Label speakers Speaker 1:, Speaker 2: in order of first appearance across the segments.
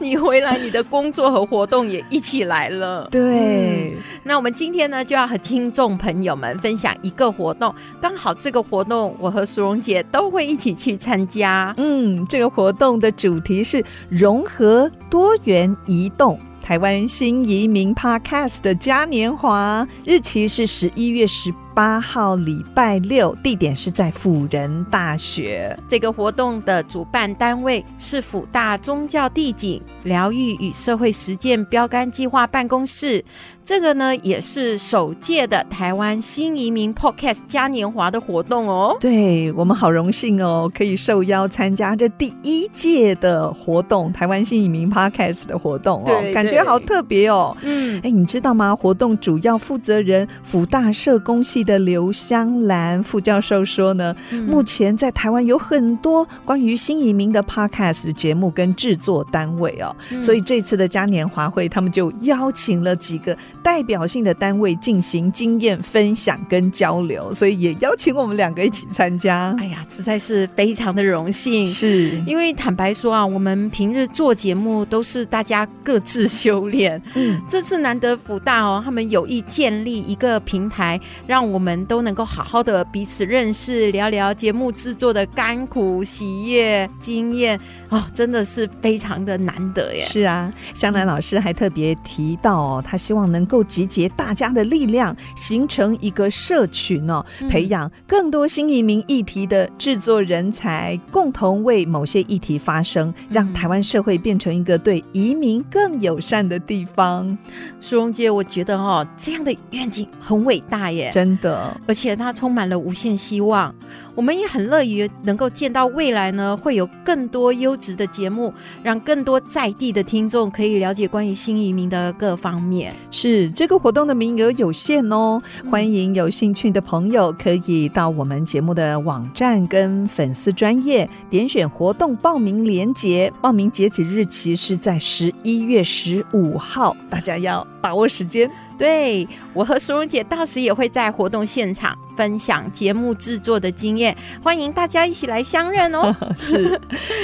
Speaker 1: 你回来，你的工作和活动也一起来了。
Speaker 2: 对，
Speaker 1: 那我们今天呢，就要和听众朋友们分享一个活动，刚好这个活动我和苏荣姐都会一起去参加。
Speaker 2: 嗯，这个活动的主题是融合多元移动。台湾新移民 Podcast 的嘉年华日期是十一月十八号，礼拜六，地点是在辅仁大学。
Speaker 1: 这个活动的主办单位是辅大宗教地景疗愈与社会实践标杆计划办公室。这个呢，也是首届的台湾新移民 Podcast 嘉年华的活动哦。
Speaker 2: 对我们好荣幸哦，可以受邀参加这第一届的活动——台湾新移民 Podcast 的活动哦
Speaker 1: 对，
Speaker 2: 感觉
Speaker 1: 对
Speaker 2: 好特别哦。
Speaker 1: 嗯，
Speaker 2: 哎，你知道吗？活动主要负责人辅大社工系的刘香兰副教授说呢，
Speaker 1: 嗯
Speaker 2: 目前在台湾有很多关于新移民的 podcast 的节目跟制作单位哦，
Speaker 1: 嗯
Speaker 2: 所以这次的嘉年华会，他们就邀请了几个代表性的单位进行经验分享跟交流，所以也邀请我们两个一起参加。
Speaker 1: 哎呀，实在是非常的荣幸。
Speaker 2: 是，
Speaker 1: 因为坦白说啊，我们平日做节目都是大家各自修炼。
Speaker 2: 嗯，
Speaker 1: 这次难得福大哦，他们有意建立一个平台，让我们都能够好好的彼此认识，聊聊节目制作的甘苦、喜悦、经验哦，真的是非常的难得耶。
Speaker 2: 是啊，香兰老师还特别提到哦，他希望能够集结大家的力量，形成一个社群哦，培养更多新移民议题的制作人才，共同为某些议题发声，让台湾社会变成一个对移民更友善的地方。
Speaker 1: 苏荣姐，我觉得哦，这样的愿景很伟大耶。
Speaker 2: 真的，
Speaker 1: 而且它充满了无限希望。我们也很乐于能够见到未来呢，会有更多优质的节目，让更多在地的听众可以了解关于新移民的各方面。
Speaker 2: 是这个活动的名额有限哦，欢迎有兴趣的朋友可以到我们节目的网站跟粉丝专业点选活动报名链接，报名截止日期是在十一月十五号，大家要把握时间。
Speaker 1: 对我和苏荣姐到时也会在活动现场分享节目制作的经验，欢迎大家一起来相认哦。
Speaker 2: 是，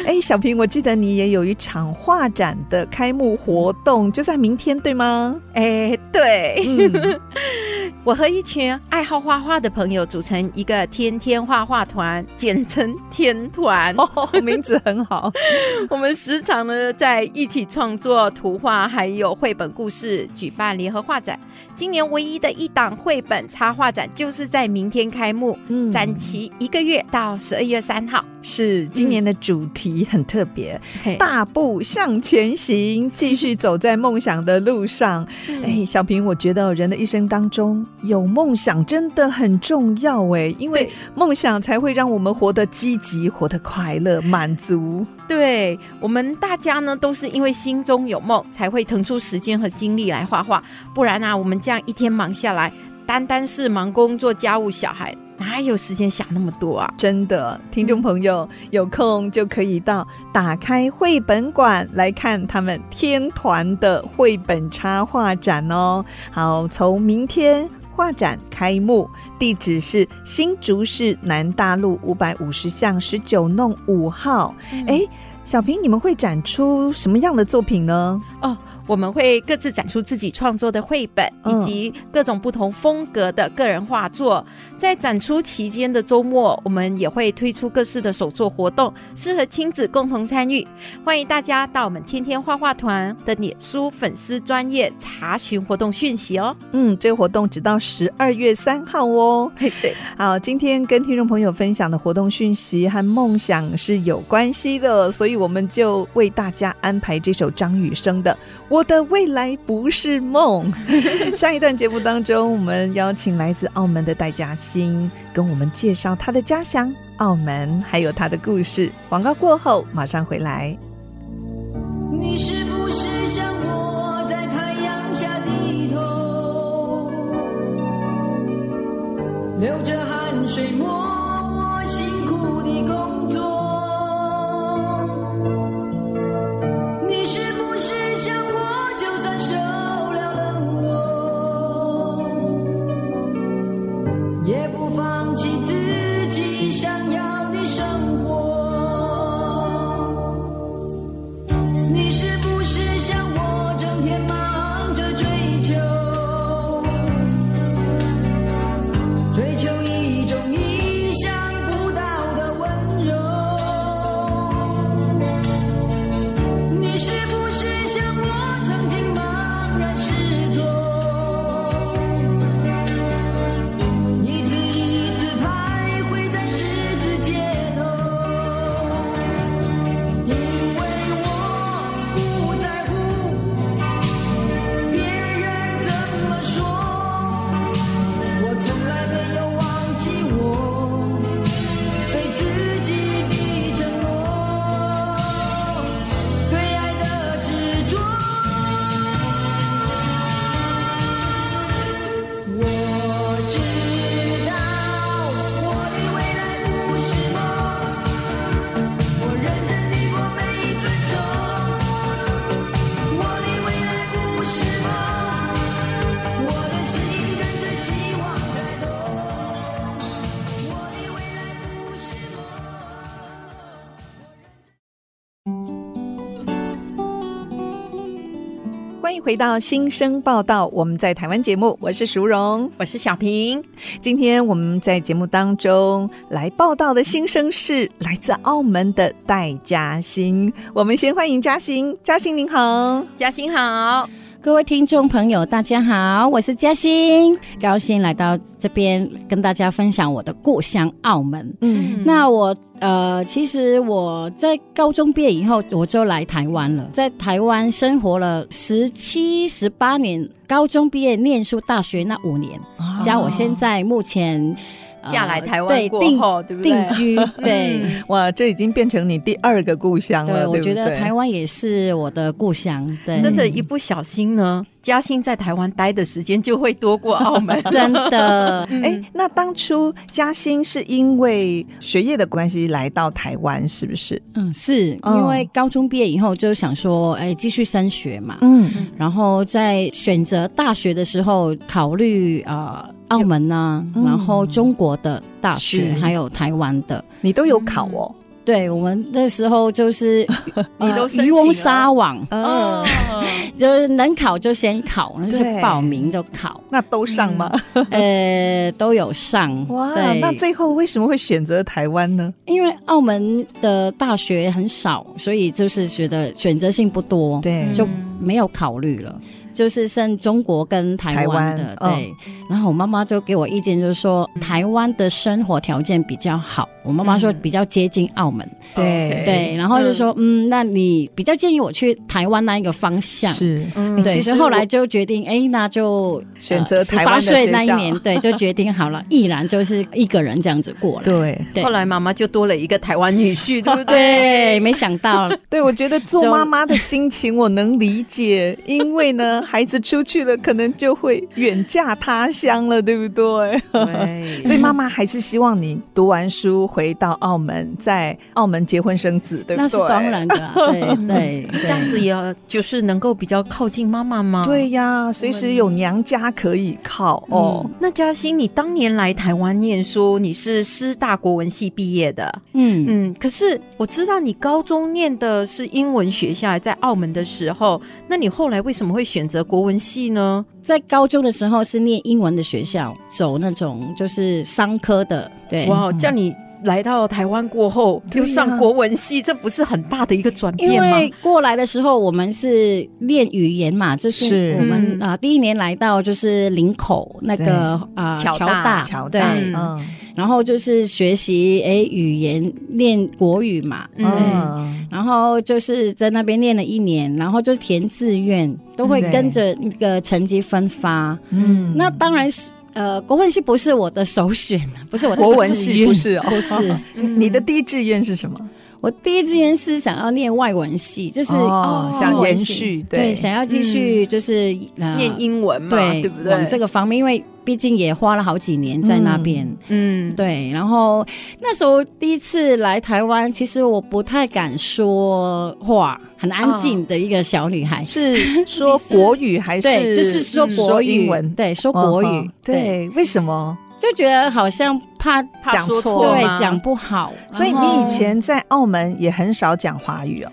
Speaker 2: 哎，小平，我记得你也有一场画展的开幕活动，就在明天，对吗？
Speaker 1: 哎，对。
Speaker 2: 嗯，
Speaker 1: 我和一群爱好画画的朋友组成一个天天画画团，简称天 团。
Speaker 2: 哦，名字很好，
Speaker 1: 我们时常呢在一起创作图画，还有绘本故事，举办联合画展。今年唯一的一档绘本插画展就是在明天开幕，
Speaker 2: 嗯
Speaker 1: 展期一个月到十二月三号。
Speaker 2: 是今年的主题很特别，
Speaker 1: 嘿
Speaker 2: 大步向前行，继续走在梦想的路上。
Speaker 1: 嗯
Speaker 2: 哎，小平，我觉得人的一生当中有梦想真的很重要哎，因为
Speaker 1: 对
Speaker 2: 梦想才会让我们活得积极、活得快乐、满足。
Speaker 1: 对我们大家呢，都是因为心中有梦，才会腾出时间和精力来画画。不然啊，我们这样一天忙下来，单单是忙工作、家务、小孩，哪有时间想那么多啊？
Speaker 2: 真的，听众朋友、有空就可以到打开绘本馆来看他们天团的绘本插画展哦。好，从明天画展开幕，地址是新竹市南大路五百五十巷十九
Speaker 1: 嗯
Speaker 2: 弄五号。哎、小平，你们会展出什么样的作品呢？
Speaker 1: 哦，我们会各自展出自己创作的绘本，以
Speaker 2: 嗯
Speaker 1: 及各种不同风格的个人画作。在展出期间的周末，我们也会推出各式的手作活动，适合亲子共同参与。欢迎大家到我们天天画画团的脸书粉丝专业查询活动讯息哦。
Speaker 2: 嗯，这个活动直到十二月三号哦。
Speaker 1: 嘿对，
Speaker 2: 好，今天跟听众朋友分享的活动讯息和梦想是有关系的，所以我们就为大家安排这首张雨生的《我的未来不是梦》。下一段节目当中，我们邀请来自澳门的戴嘉欣，跟我们介绍他的家乡澳门，还有他的故事。广告过后马上回来。
Speaker 3: 你是不是像我在太阳下低头，流着汗水，默默辛苦地工作？你是不是像我，就算受了冷落，也不放弃自己想要的生活？你是不是像我整天忙着追求，追求一种意想不到的温柔？你是不是像我曾经茫然失措，一次一次徘徊在十字街头？因为我不在乎别人怎么说，我从来没有忘记我对自己的承诺，对爱的执着。我知道我的未来不是梦。我认真地过每一分钟，我的未来不是梦，我的心跟着希望在动，我的未来不是梦。
Speaker 2: 欢迎回到新生报道，我们在台湾节目，我是淑荣。
Speaker 1: 我是小平，
Speaker 2: 今天我们在节目当中来报道的新生是来自澳门的戴嘉欣，我们先欢迎嘉欣。嘉欣您好，
Speaker 1: 嘉欣好。
Speaker 4: 各位听众朋友，大家好，我是嘉欣，高兴来到这边跟大家分享我的故乡澳门。
Speaker 2: 嗯
Speaker 4: 那我呃，其实我在高中毕业以后，我就来台湾了，在台湾生活了十七、十八年，高中毕业念书，大学那五年，加我现在目前、呃
Speaker 1: 啊嫁来台湾
Speaker 4: 对
Speaker 1: 过
Speaker 4: 定
Speaker 1: 后，对不对？
Speaker 4: 定居， 对。
Speaker 1: 嗯
Speaker 2: 哇，这已经变成你第二个故乡了，
Speaker 4: 对，
Speaker 2: 对
Speaker 4: 我
Speaker 2: 不
Speaker 4: 觉得
Speaker 2: 对
Speaker 4: 台湾也是我的故乡。对，。
Speaker 1: 真的，一不小心呢，嘉欣在台湾待的时间就会多过澳门
Speaker 4: 真 的，
Speaker 1: 嗯
Speaker 2: 哎、那当初嘉欣是因为学业的关系来到台湾，是不是？
Speaker 4: 嗯，是
Speaker 2: 嗯
Speaker 4: 因为高中毕业以后就想说，哎，继续升学嘛。
Speaker 2: 嗯
Speaker 4: 然后在选择大学的时候，考虑呃澳门呐、
Speaker 2: 嗯
Speaker 4: 然后中国的大学，
Speaker 2: 是
Speaker 4: 还有台湾的。
Speaker 2: 你都有考哦，
Speaker 4: 对我们那时 候就是，
Speaker 1: 你都申请
Speaker 4: 渔翁
Speaker 1: 了
Speaker 4: 撒网，
Speaker 2: 嗯，
Speaker 1: 哦，
Speaker 4: 就是能考就先考，那就是
Speaker 2: 对
Speaker 4: 报名就 考，
Speaker 2: 那都上吗？
Speaker 4: 呃，都有上。
Speaker 2: 嗯哇，
Speaker 4: 对
Speaker 2: 那最后为什么会选择台湾呢？
Speaker 4: 因为澳门的大学很少，所以就是觉得选择性不多。
Speaker 2: 对
Speaker 4: 就
Speaker 1: 嗯
Speaker 4: 没有考虑了，就是剩中国跟台湾的。
Speaker 2: 台湾嗯
Speaker 4: 对，然后我妈妈就给我意见，就是说台湾的生活条件比较好，我妈妈说比较接近澳门。
Speaker 2: 嗯对
Speaker 4: 对，然后就说嗯那你比较建议我去台湾那一个方向。
Speaker 2: 是，哎
Speaker 1: 嗯
Speaker 4: 对，
Speaker 2: 其
Speaker 4: 所以
Speaker 2: 实
Speaker 4: 后
Speaker 2: 我
Speaker 4: 来就决定，哎，那就呃
Speaker 2: 选择
Speaker 4: 十
Speaker 2: 台湾
Speaker 4: 八
Speaker 2: 的
Speaker 4: 岁
Speaker 2: 学
Speaker 4: 那一
Speaker 2: 校
Speaker 4: 年，对，就决定好 了，毅然就是一个人这样子过来。
Speaker 2: 对。
Speaker 4: 对
Speaker 1: 后来妈妈就多了一个台湾女婿，对不 对？
Speaker 4: 对，没想到
Speaker 2: 对，我觉得做
Speaker 4: 就
Speaker 2: 妈妈的心情我能理解，因为呢，孩子出去了，可能就会远嫁他乡了，对不对？
Speaker 4: 哎
Speaker 1: 对，
Speaker 2: 所以妈妈还是希望你读完书回到澳门，在澳门结婚生子，对不对？
Speaker 4: 那是当。然的啊， 对对，
Speaker 1: 这样子也就是能够比较靠近妈妈吗？
Speaker 2: 对呀，随时有娘家可以靠哦。
Speaker 1: 那嘉欣，你当年来台湾念书，你是师大国文系毕业的，
Speaker 4: 嗯，嗯
Speaker 1: 嗯，可是我知道你高中念的是英文学校，在澳门的时候，那你后来为什么会选择国文系呢？
Speaker 4: 在高中的时候是念英文的学校，走那种就是商科的，对。
Speaker 1: 哇，叫你来到台湾过后
Speaker 2: 对
Speaker 1: 又
Speaker 2: 呀
Speaker 1: 上国文系，这不是很大的一个转
Speaker 4: 啊因
Speaker 1: 变吗？
Speaker 4: 为过来的时候，我们是练语言嘛，就是
Speaker 2: 是
Speaker 4: 我们
Speaker 1: 嗯
Speaker 4: 啊、第一年来到就是林口那个啊、
Speaker 1: 侨大
Speaker 4: 大，
Speaker 2: 乔
Speaker 4: 对，
Speaker 2: 丹，
Speaker 1: 嗯
Speaker 2: 嗯
Speaker 4: 然后就是学习诶语言，练国语嘛，
Speaker 1: 嗯
Speaker 2: 嗯，
Speaker 4: 然后就是在那边练了一年，然后就填志愿，都会
Speaker 1: 嗯
Speaker 2: 对
Speaker 4: 跟着那个成绩分发。
Speaker 2: 嗯
Speaker 4: 那当然是呃，国文系不是我的首选，啊 不是我的
Speaker 2: 国文
Speaker 4: 志
Speaker 2: 系
Speaker 4: 愿
Speaker 2: 不是哦，
Speaker 4: 不是。
Speaker 1: 嗯
Speaker 2: 你的第一志愿是什么？
Speaker 4: 我第一志愿是想要念外文系，就是、
Speaker 2: 哦
Speaker 4: 哦
Speaker 2: 想
Speaker 4: 外文
Speaker 2: 延
Speaker 4: 系
Speaker 2: 续
Speaker 4: 对
Speaker 2: 对嗯
Speaker 4: 想要继续就是、呃
Speaker 1: 念英文嘛，
Speaker 4: 对
Speaker 1: 对不对？
Speaker 4: 往这个方面，因为毕竟也花了好几年在那边。
Speaker 1: 嗯，
Speaker 4: 对，然后那时候第一次来台湾，其实我不太敢说话，很安静的一个小女孩。
Speaker 2: 哎 是说国语还
Speaker 4: 对，
Speaker 2: 哦是
Speaker 4: 就是说
Speaker 1: 嗯
Speaker 4: 国
Speaker 2: 说
Speaker 4: 语
Speaker 2: 英，文
Speaker 4: 对，说国语，
Speaker 2: 嗯哼对，嗯为什么？
Speaker 4: 就觉得好像怕
Speaker 1: 怕说
Speaker 2: 讲
Speaker 1: 错
Speaker 2: 错
Speaker 1: 吗
Speaker 4: 对讲不好。
Speaker 2: 所以
Speaker 4: 然后
Speaker 2: 你以前在澳门也很少讲华语哦。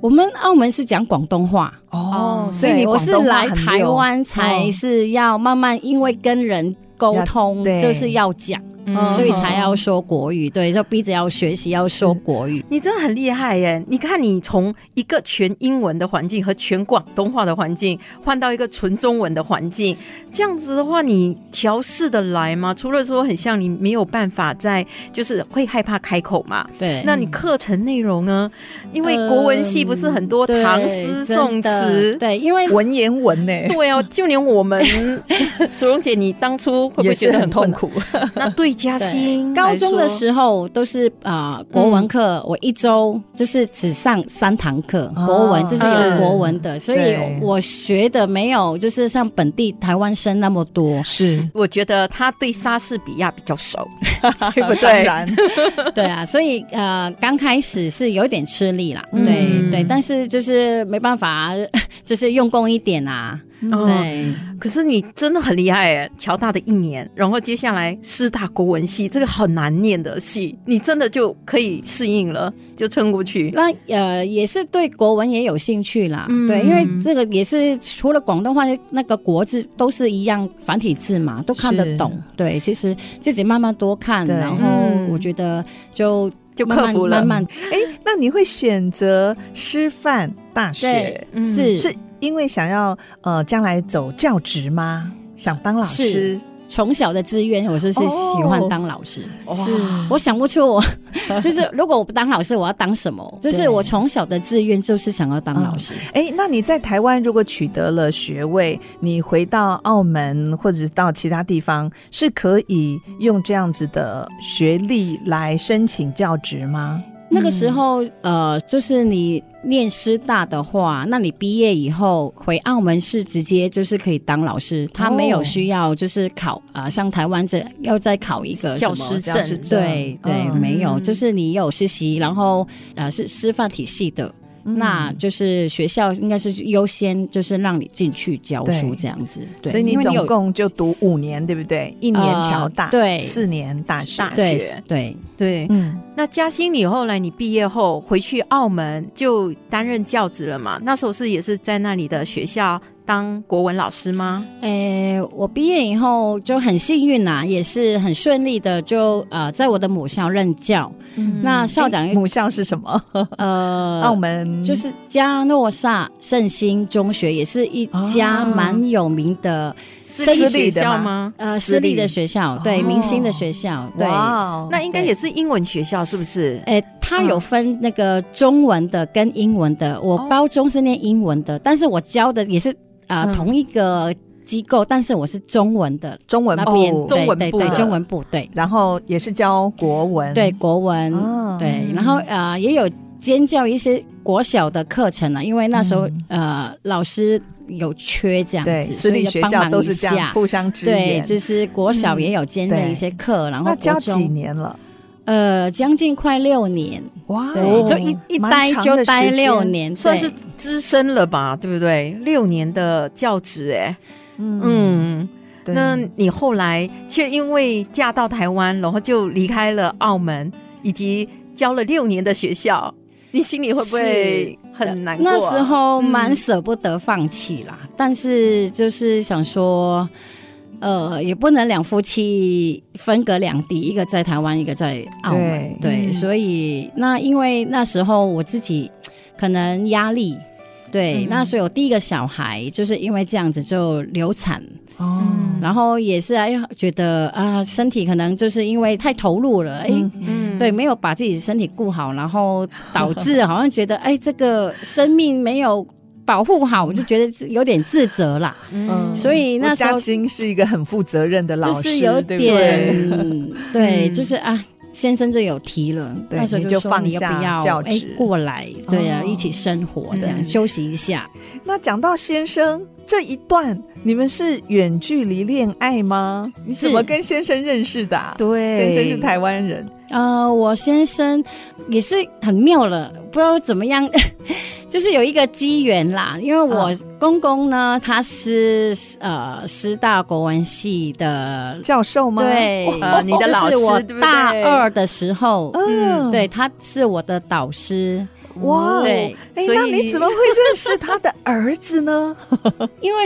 Speaker 4: 我们澳门是讲广东话，
Speaker 1: 哦
Speaker 2: 所以你
Speaker 4: 对我
Speaker 2: 广
Speaker 4: 是
Speaker 2: 东话
Speaker 4: 来
Speaker 2: 很
Speaker 4: 台
Speaker 2: 溜
Speaker 4: 湾才是要慢慢，因为跟人沟通
Speaker 2: 要对
Speaker 4: 就是要讲，
Speaker 1: 哦嗯
Speaker 4: 所以才要说国语。对，就逼着要学习要说国语。
Speaker 1: 你真的很厉害耶！你看，你从一个全英文的环境和全广东话的环境，换到一个纯中文的环境，这样子的话，你调试的来吗？除了说很像你没有办法在，就是会害怕开口嘛。
Speaker 4: 对，
Speaker 1: 那你课程内容呢？因为国文系不是很多
Speaker 4: 呃嗯对
Speaker 1: 唐诗宋
Speaker 4: 真
Speaker 1: 词
Speaker 4: 的，对，因为
Speaker 2: 文言文呢，
Speaker 1: 对哦，就连我们 苏荣姐，你当初会不会
Speaker 2: 也
Speaker 1: 觉
Speaker 2: 是
Speaker 1: 得
Speaker 2: 很
Speaker 1: 困
Speaker 2: 痛
Speaker 1: 难？
Speaker 2: 苦。
Speaker 1: 那对嘉欣
Speaker 4: 高中
Speaker 1: 候，
Speaker 4: 的时候都是啊、呃国文课，我一周就是只上三堂课，
Speaker 2: 哦
Speaker 4: 国文就是
Speaker 1: 是
Speaker 4: 有国文的，所以
Speaker 2: 对。
Speaker 4: 我学的没有就是像本地台湾生那么多
Speaker 2: 是，
Speaker 1: 我觉得他对莎士比亚比较熟。
Speaker 2: 对不当然，
Speaker 4: 对啊，所以呃刚开始是有点吃力啦，对、
Speaker 1: 嗯
Speaker 4: 对，但是就是没办法， 就是用功一点啊，
Speaker 1: 哦，
Speaker 4: 对。
Speaker 1: 可是你真的很厉害哎，乔大的一年，然后接下来师大国文系这个很难念的系，你真的就可以适应了，就撑过去。
Speaker 4: 那呃，也是对国文也有兴趣啦，
Speaker 1: 嗯
Speaker 4: 对，因为这个也是除了广东话，那个国字都是一样繁体字嘛，都看
Speaker 2: 是
Speaker 4: 得懂。对，其实自己慢慢多看，
Speaker 2: 对
Speaker 4: 然后
Speaker 1: 嗯
Speaker 4: 我觉得就
Speaker 1: 就
Speaker 4: 慢慢
Speaker 1: 克服了
Speaker 4: 慢慢
Speaker 2: 那你会选择师范大学
Speaker 4: 对？，
Speaker 1: 嗯
Speaker 4: 是
Speaker 2: 是因为想要呃将来走教职吗？想当老师
Speaker 4: 是？从小的志愿，我就是喜
Speaker 2: 哦
Speaker 4: 欢当老师。
Speaker 1: 哇，
Speaker 4: 我想不出我 就是如果我不当老师，我要当什么？就是
Speaker 2: 对
Speaker 4: 我从小的志愿就是想要当老师。
Speaker 2: 哎，那你在台湾如果取得了学位，你回到澳门或者是到其他地方，是可以用这样子的学历来申请教职吗？
Speaker 4: 那个时
Speaker 2: 嗯
Speaker 4: 候，呃，就是你念师大的话，那你毕业以后回澳门是直接就是可以当老师，他没有需要就是考啊、呃像台湾这要再考一个
Speaker 1: 教
Speaker 4: 什
Speaker 1: 师
Speaker 4: 么
Speaker 2: 教师
Speaker 1: 证
Speaker 2: 证
Speaker 4: 对对，
Speaker 2: 嗯
Speaker 4: 没有，
Speaker 1: 嗯
Speaker 4: 就是你有实习，然后呃是师范体系的，
Speaker 2: 嗯
Speaker 4: 那就是学校应该是优先就是让你进去教书
Speaker 2: 对
Speaker 4: 这样子，对，
Speaker 2: 所以你
Speaker 4: 因为
Speaker 2: 总
Speaker 4: 有
Speaker 2: 共就读五年，对不对？一年侨大，
Speaker 4: 呃对
Speaker 2: 四年大学，
Speaker 1: 大
Speaker 4: 对
Speaker 1: 学
Speaker 4: 对
Speaker 1: 对。
Speaker 2: 嗯，
Speaker 1: 那嘉欣，你后来你毕业后回去澳门就担任教职了嘛？那时候是也是在那里的学校当国文老师吗？
Speaker 4: 诶，我毕业以后就很幸运啦、也是很顺利的，就呃，在我的母校任教。嗯
Speaker 1: 嗯
Speaker 4: 那校长
Speaker 2: 哎母嗯校是什么？
Speaker 4: 呃，
Speaker 2: 澳门
Speaker 4: 就是加诺萨圣心中学，也是一家
Speaker 2: 啊
Speaker 4: 蛮有名的、
Speaker 1: 私
Speaker 2: 立
Speaker 1: 立
Speaker 2: 的
Speaker 1: 学校
Speaker 2: 吗
Speaker 1: 吗？
Speaker 4: 呃
Speaker 2: 私
Speaker 4: 私立
Speaker 2: 立
Speaker 4: 的学校，对，明星的学校，对。
Speaker 2: 哇哦，
Speaker 1: 那应该也是英文学校，是不是？
Speaker 4: 诶，它有分那个中文的跟英文的。我
Speaker 1: 哦
Speaker 4: 高中是念英文的，但是我教的也是啊、呃
Speaker 2: 嗯
Speaker 4: 同一个机构，但是我是中文的
Speaker 2: 哦中文
Speaker 4: 那边，
Speaker 2: 部，
Speaker 4: 对
Speaker 1: 中文
Speaker 4: 对
Speaker 1: 部
Speaker 4: 对
Speaker 1: 的
Speaker 4: 中文部对。
Speaker 2: 然后也是教国文，
Speaker 4: 对国文，
Speaker 2: 哦
Speaker 4: 对，然后呃也有兼教一些国小的课程啊，因为那时候、呃老师有缺这样
Speaker 2: 嗯对，
Speaker 4: 子，
Speaker 2: 私
Speaker 4: 所以
Speaker 2: 立
Speaker 4: 要
Speaker 2: 学
Speaker 4: 帮
Speaker 2: 校
Speaker 4: 忙
Speaker 2: 都
Speaker 4: 一
Speaker 2: 是这样
Speaker 4: 下
Speaker 2: 互相支
Speaker 4: 对，
Speaker 2: 援。
Speaker 4: 就是国小也有兼
Speaker 2: 嗯
Speaker 4: 任一些课，然后
Speaker 2: 那教
Speaker 4: 国
Speaker 2: 几
Speaker 4: 中
Speaker 2: 年了？
Speaker 4: 呃将近快六年，
Speaker 2: 哇哦，
Speaker 4: 对，就一一
Speaker 2: 蛮
Speaker 4: 待
Speaker 2: 长
Speaker 4: 就
Speaker 2: 的
Speaker 4: 待
Speaker 2: 时
Speaker 4: 六
Speaker 2: 间，嗯
Speaker 4: 年，
Speaker 1: 算
Speaker 4: 对
Speaker 1: 是资深了吧，对不对？六年的教职、哎，
Speaker 2: 嗯，
Speaker 1: 嗯，
Speaker 2: 对
Speaker 1: 那你后来却因为嫁到台湾，然后就离开了澳门，以及教了六年的学校，你心里会不会很难过、
Speaker 4: 那时，候
Speaker 1: 嗯
Speaker 4: 蛮舍不得放弃啦，但是就是想说，呃，也不能两夫妻分隔两地，一个在台湾，一个在澳门
Speaker 2: 对。
Speaker 4: 对，
Speaker 1: 嗯
Speaker 4: 所以那因为那时候我自己可能压力。对，
Speaker 1: 嗯
Speaker 4: 那时候有第一个小孩，就是因为这样子就流产，
Speaker 2: 哦，
Speaker 4: 然后也是哎呀觉得啊身体可能就是因为太投入了，哎、
Speaker 2: 嗯
Speaker 1: 嗯
Speaker 4: 对，，没有把自己身体顾好，然后导致好像觉得哎，这个生命没有保护好，我就觉得有点自责啦。
Speaker 2: 嗯
Speaker 4: 所以那
Speaker 2: 我
Speaker 4: 时候
Speaker 2: 嘉欣是一个很负责任的老
Speaker 4: 就
Speaker 2: 师，
Speaker 4: 是有
Speaker 2: 对不对？
Speaker 4: 点对，
Speaker 1: 嗯
Speaker 4: 就是啊。先生就有提了，
Speaker 2: 对
Speaker 4: 那时候
Speaker 2: 你
Speaker 4: 就
Speaker 2: 就
Speaker 4: 说
Speaker 2: 放
Speaker 4: 你要
Speaker 2: 下
Speaker 4: 不要
Speaker 2: 教
Speaker 4: 哎
Speaker 2: 职
Speaker 4: 过来，对啊，
Speaker 2: 哦
Speaker 4: 一起生活这样
Speaker 1: 嗯
Speaker 4: 休息一下。
Speaker 2: 那讲到先生这一段，你们是远距离恋爱吗？你怎么
Speaker 4: 是
Speaker 2: 跟先生认识的啊、先
Speaker 1: 对，
Speaker 2: 生是台湾人，
Speaker 4: 呃，我先生也是很妙了，不知道怎么样， 就是有一个机缘啦。因为我公公呢，他是呃师大国文系的
Speaker 2: 教授吗？
Speaker 4: 对，哦
Speaker 1: 呃你的老师
Speaker 4: 就是我
Speaker 1: 对不对
Speaker 4: 大二的时候，
Speaker 2: 嗯，
Speaker 4: 对，他是我的导师。
Speaker 2: 哇哦
Speaker 4: 对，
Speaker 2: 哎，
Speaker 1: 所以
Speaker 2: 那你怎么会认识他的儿子 呢？
Speaker 4: 因为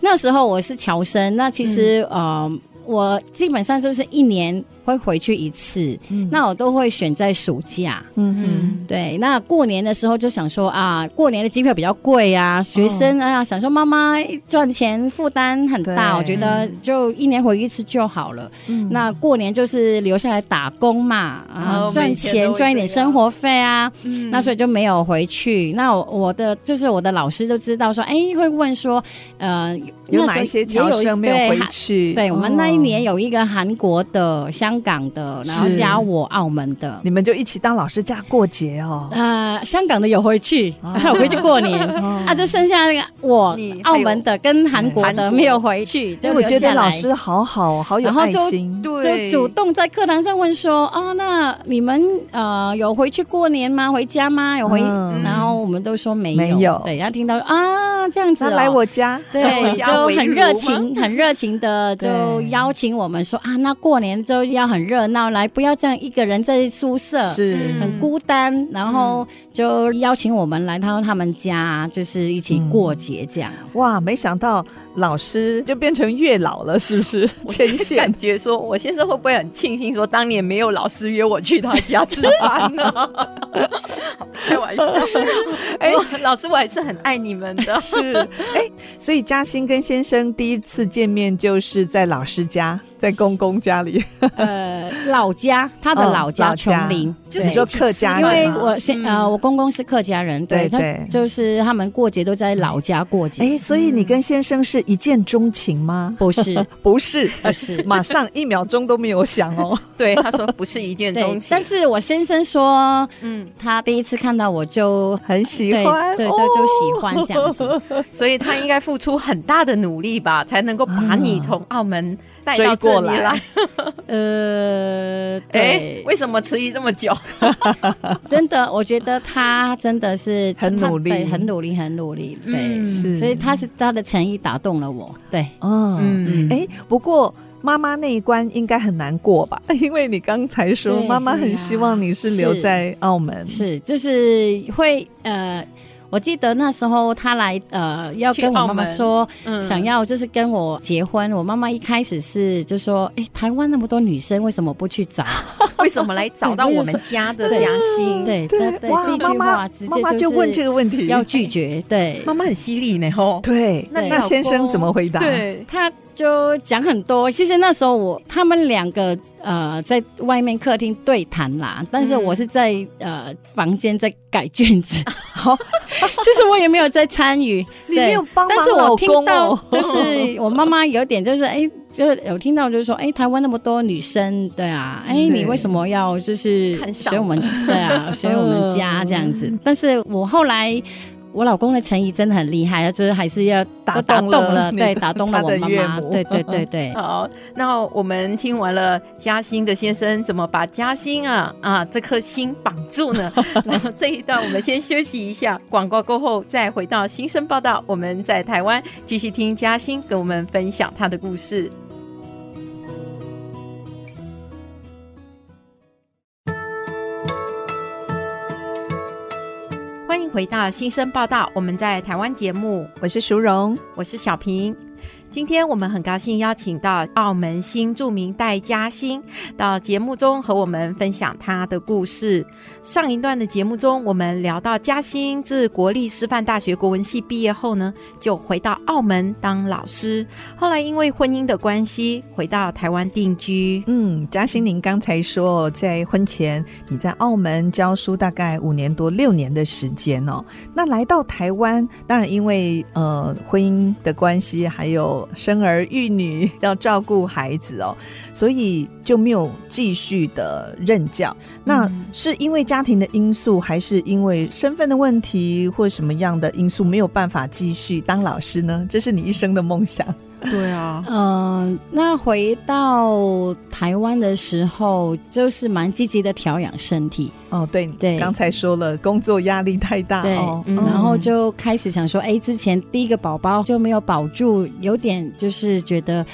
Speaker 4: 那时候我是侨生，那其实、
Speaker 1: 嗯
Speaker 4: 呃，我基本上就是一年会回去一次，
Speaker 2: 嗯
Speaker 4: 那我都会选在暑假。
Speaker 2: 嗯
Speaker 1: 嗯
Speaker 4: 对，那过年的时候就想说啊，过年的机票比较贵
Speaker 1: 哦
Speaker 4: 啊，学生啊想说妈妈赚钱负担很大，
Speaker 2: 对
Speaker 4: 我觉得就一年回一次就好了。
Speaker 2: 嗯
Speaker 4: 那过年就是留下来打工嘛，啊
Speaker 1: 哦，
Speaker 4: 赚
Speaker 1: 每天都
Speaker 4: 钱
Speaker 1: 会
Speaker 4: 赚一点
Speaker 1: 这样
Speaker 4: 生活费啊，
Speaker 1: 嗯
Speaker 4: 那所以就没有回去。那我我的就是我的老师就知道说，哎，会问说，呃，
Speaker 2: 有
Speaker 4: 那
Speaker 2: 哪一
Speaker 4: 时候
Speaker 2: 些侨
Speaker 4: 也有一
Speaker 2: 生没有回
Speaker 4: 对
Speaker 2: 去？哦
Speaker 4: 对，我们那一年
Speaker 2: 有，
Speaker 4: 有一个韩国的、香港
Speaker 1: 嗯
Speaker 4: 的，然后
Speaker 2: 是
Speaker 4: 加我澳门的。
Speaker 2: 你们就一起当老师家过节 哦。
Speaker 4: 呃，香港的有回去， 有回去过年，
Speaker 2: 哦
Speaker 4: 啊，就剩下那个我
Speaker 1: 你还有
Speaker 4: 澳门的跟韩国
Speaker 1: 韩国
Speaker 4: 的没有回去，就
Speaker 2: 哎，我
Speaker 4: 留
Speaker 2: 觉
Speaker 4: 下
Speaker 2: 得老
Speaker 4: 来
Speaker 2: 师好好，好有
Speaker 4: 然后
Speaker 2: 爱
Speaker 4: 就
Speaker 2: 心。
Speaker 1: 对
Speaker 4: 就主动在课堂上问说，哦，那你们呃有回去过年吗？回家吗？有回？
Speaker 2: 嗯
Speaker 4: 然后我们都说没有，
Speaker 2: 没有
Speaker 4: 对，然后听到啊这样子、
Speaker 2: 他
Speaker 4: 哦，
Speaker 2: 来 我家，
Speaker 4: 对，
Speaker 1: 家围
Speaker 4: 就很
Speaker 1: 炉
Speaker 4: 热
Speaker 1: 吗
Speaker 4: 情， 很热情的就
Speaker 2: 对
Speaker 4: 邀请我们说啊，那过年就要很热闹，来不要这样一个人在宿舍。
Speaker 2: 是嗯
Speaker 1: 嗯
Speaker 4: 很孤单，然后就邀请我们来到他们家，就是一起过节这样。
Speaker 2: 哇，没想到老师就变成月老了，是不 是？牵线
Speaker 1: 感觉说，我先生会不会很庆幸说，当年没有老师约我去他家吃饭呢？开玩笑， 哎、 老师，我还是很爱你们 的。
Speaker 2: 是哎，所以嘉欣跟先生第一次见面就是在老师家，在公公家里，
Speaker 4: 呃，老家，他的
Speaker 2: 嗯
Speaker 4: 老家
Speaker 2: 老家
Speaker 4: 琼林，
Speaker 1: 就是
Speaker 4: 对
Speaker 2: 你就客家
Speaker 4: 因为
Speaker 2: 人嘛
Speaker 4: 我先、呃，我公公是客家人，对
Speaker 2: 嗯对对
Speaker 4: 他就是他们过节都在老家过节，
Speaker 2: 哎，所以你跟先生是一见钟情吗？
Speaker 4: 不是
Speaker 2: 不是，
Speaker 4: 不是。
Speaker 2: 马上一秒钟都没有想哦。
Speaker 1: 对，他说不是一见钟
Speaker 4: 对，
Speaker 1: 情，
Speaker 4: 但是我先生说，
Speaker 1: 嗯，
Speaker 4: 他第一次看到我就
Speaker 2: 很喜
Speaker 4: 对
Speaker 2: 欢，
Speaker 4: 对对，
Speaker 2: 哦
Speaker 4: 就喜欢这样子。
Speaker 1: 所以他应该付出很大的努力吧，才能够把你从澳门带
Speaker 2: 追
Speaker 1: 到这
Speaker 2: 过
Speaker 1: 里
Speaker 2: 来
Speaker 1: 来。
Speaker 4: 呃，
Speaker 1: 哎
Speaker 4: 对，，
Speaker 1: 为什么迟疑这么久？
Speaker 4: 真的，我觉得他真的是
Speaker 2: 很努力
Speaker 4: 他对很努力，很努力，对，
Speaker 1: 嗯
Speaker 2: 是
Speaker 4: 所以他是他的诚意打动了我，对，
Speaker 2: 嗯，
Speaker 1: 嗯，
Speaker 2: 哎，不过。妈妈那一关应该很难过吧？ 因为你刚才说
Speaker 4: 对
Speaker 2: 妈妈
Speaker 4: 对
Speaker 2: 很
Speaker 4: 呀
Speaker 2: 希望你是留
Speaker 4: 是
Speaker 2: 在澳门，
Speaker 4: 是就是会呃。我记得那时候他来，呃，要
Speaker 1: 去
Speaker 4: 跟我
Speaker 1: 澳
Speaker 4: 妈妈
Speaker 1: 门
Speaker 4: 说，
Speaker 1: 嗯
Speaker 4: 想要就是跟我结婚。我妈妈一开始是就说，哎、台湾那么多女生，为什么不去找？
Speaker 1: 为什么来找到我们家的嘉欣？，
Speaker 4: 对
Speaker 2: 对
Speaker 4: 对，
Speaker 2: 哇
Speaker 4: 第一，
Speaker 2: 妈
Speaker 4: 句
Speaker 2: 妈
Speaker 4: 话直
Speaker 2: 妈
Speaker 4: 接
Speaker 2: 妈
Speaker 4: 就
Speaker 2: 就是问这个问题，
Speaker 4: 要拒绝，对
Speaker 1: 妈妈很犀利呢，吼。
Speaker 2: 对，
Speaker 1: 那
Speaker 4: 对
Speaker 2: 那先生怎么回答？，
Speaker 1: 对，
Speaker 4: 他就讲很多。其实那时候我他们两个呃在外面客厅对谈啦，但是
Speaker 1: 嗯
Speaker 4: 我是在、呃房间在改卷子， 好，其实我也没有在参与，
Speaker 2: 你没有
Speaker 4: 对
Speaker 2: 帮忙
Speaker 4: 但是
Speaker 2: 老
Speaker 4: 我
Speaker 2: 公
Speaker 4: 听到
Speaker 2: 哦
Speaker 4: 就是我妈妈有点就是哎。就是有听到，就是说，哎，台湾那么多女生，对啊，哎，
Speaker 2: 嗯对
Speaker 4: 你为什么要就是
Speaker 1: 看 上。
Speaker 4: 选我们，对啊，选我们家这样子？但是我后来我老公的诚意真的很厉害，就是还是要
Speaker 2: 打
Speaker 4: 都打
Speaker 2: 动
Speaker 4: 动
Speaker 2: 了
Speaker 4: 了，
Speaker 2: 你
Speaker 4: 对，打动了
Speaker 2: 他
Speaker 4: 我
Speaker 2: 的
Speaker 4: 妈
Speaker 2: 岳
Speaker 4: 妈，
Speaker 2: 母
Speaker 4: 对对对对
Speaker 1: 好，那我们听完了嘉兴的先生怎么把嘉兴啊啊这颗心绑住呢？然后这一段我们先休息一下，广告过后再回到新生报道。我们在台湾继续听嘉兴跟我们分享他的故事。欢迎回到新生报道，我们在台湾节目，
Speaker 2: 我是淑荣，
Speaker 1: 我是小平。今天我们很高兴邀请到澳门新著名戴嘉欣到节目中和我们分享她的故事。上一段的节目中，我们聊到嘉欣自国立师范大学国文系毕业后呢，就回到澳门当老师。后来因为婚姻的关系，回到台湾定居。
Speaker 2: 嗯，嘉欣，您刚才说在婚前你在澳门教书大概五年多六年的时间哦，那来到台湾，当然因为呃婚姻的关系，还有生儿育女要照顾孩子哦，所以就没有继续的任教。那
Speaker 1: 嗯
Speaker 2: 是因为家庭的因素，还是因为身份的问题，或什么样的因素没有办法继续当老师呢？这是你一生的梦想。
Speaker 1: 对啊，
Speaker 4: 嗯、那回到台湾的时候，就是蛮积极的调养身体，
Speaker 2: 哦，对，
Speaker 4: 对
Speaker 2: 刚才说了，工作压力太大
Speaker 4: 对
Speaker 2: 哦，
Speaker 1: 嗯
Speaker 4: 然后就开始想说，哎，之前第一个宝宝就没有保住，有点就是觉得，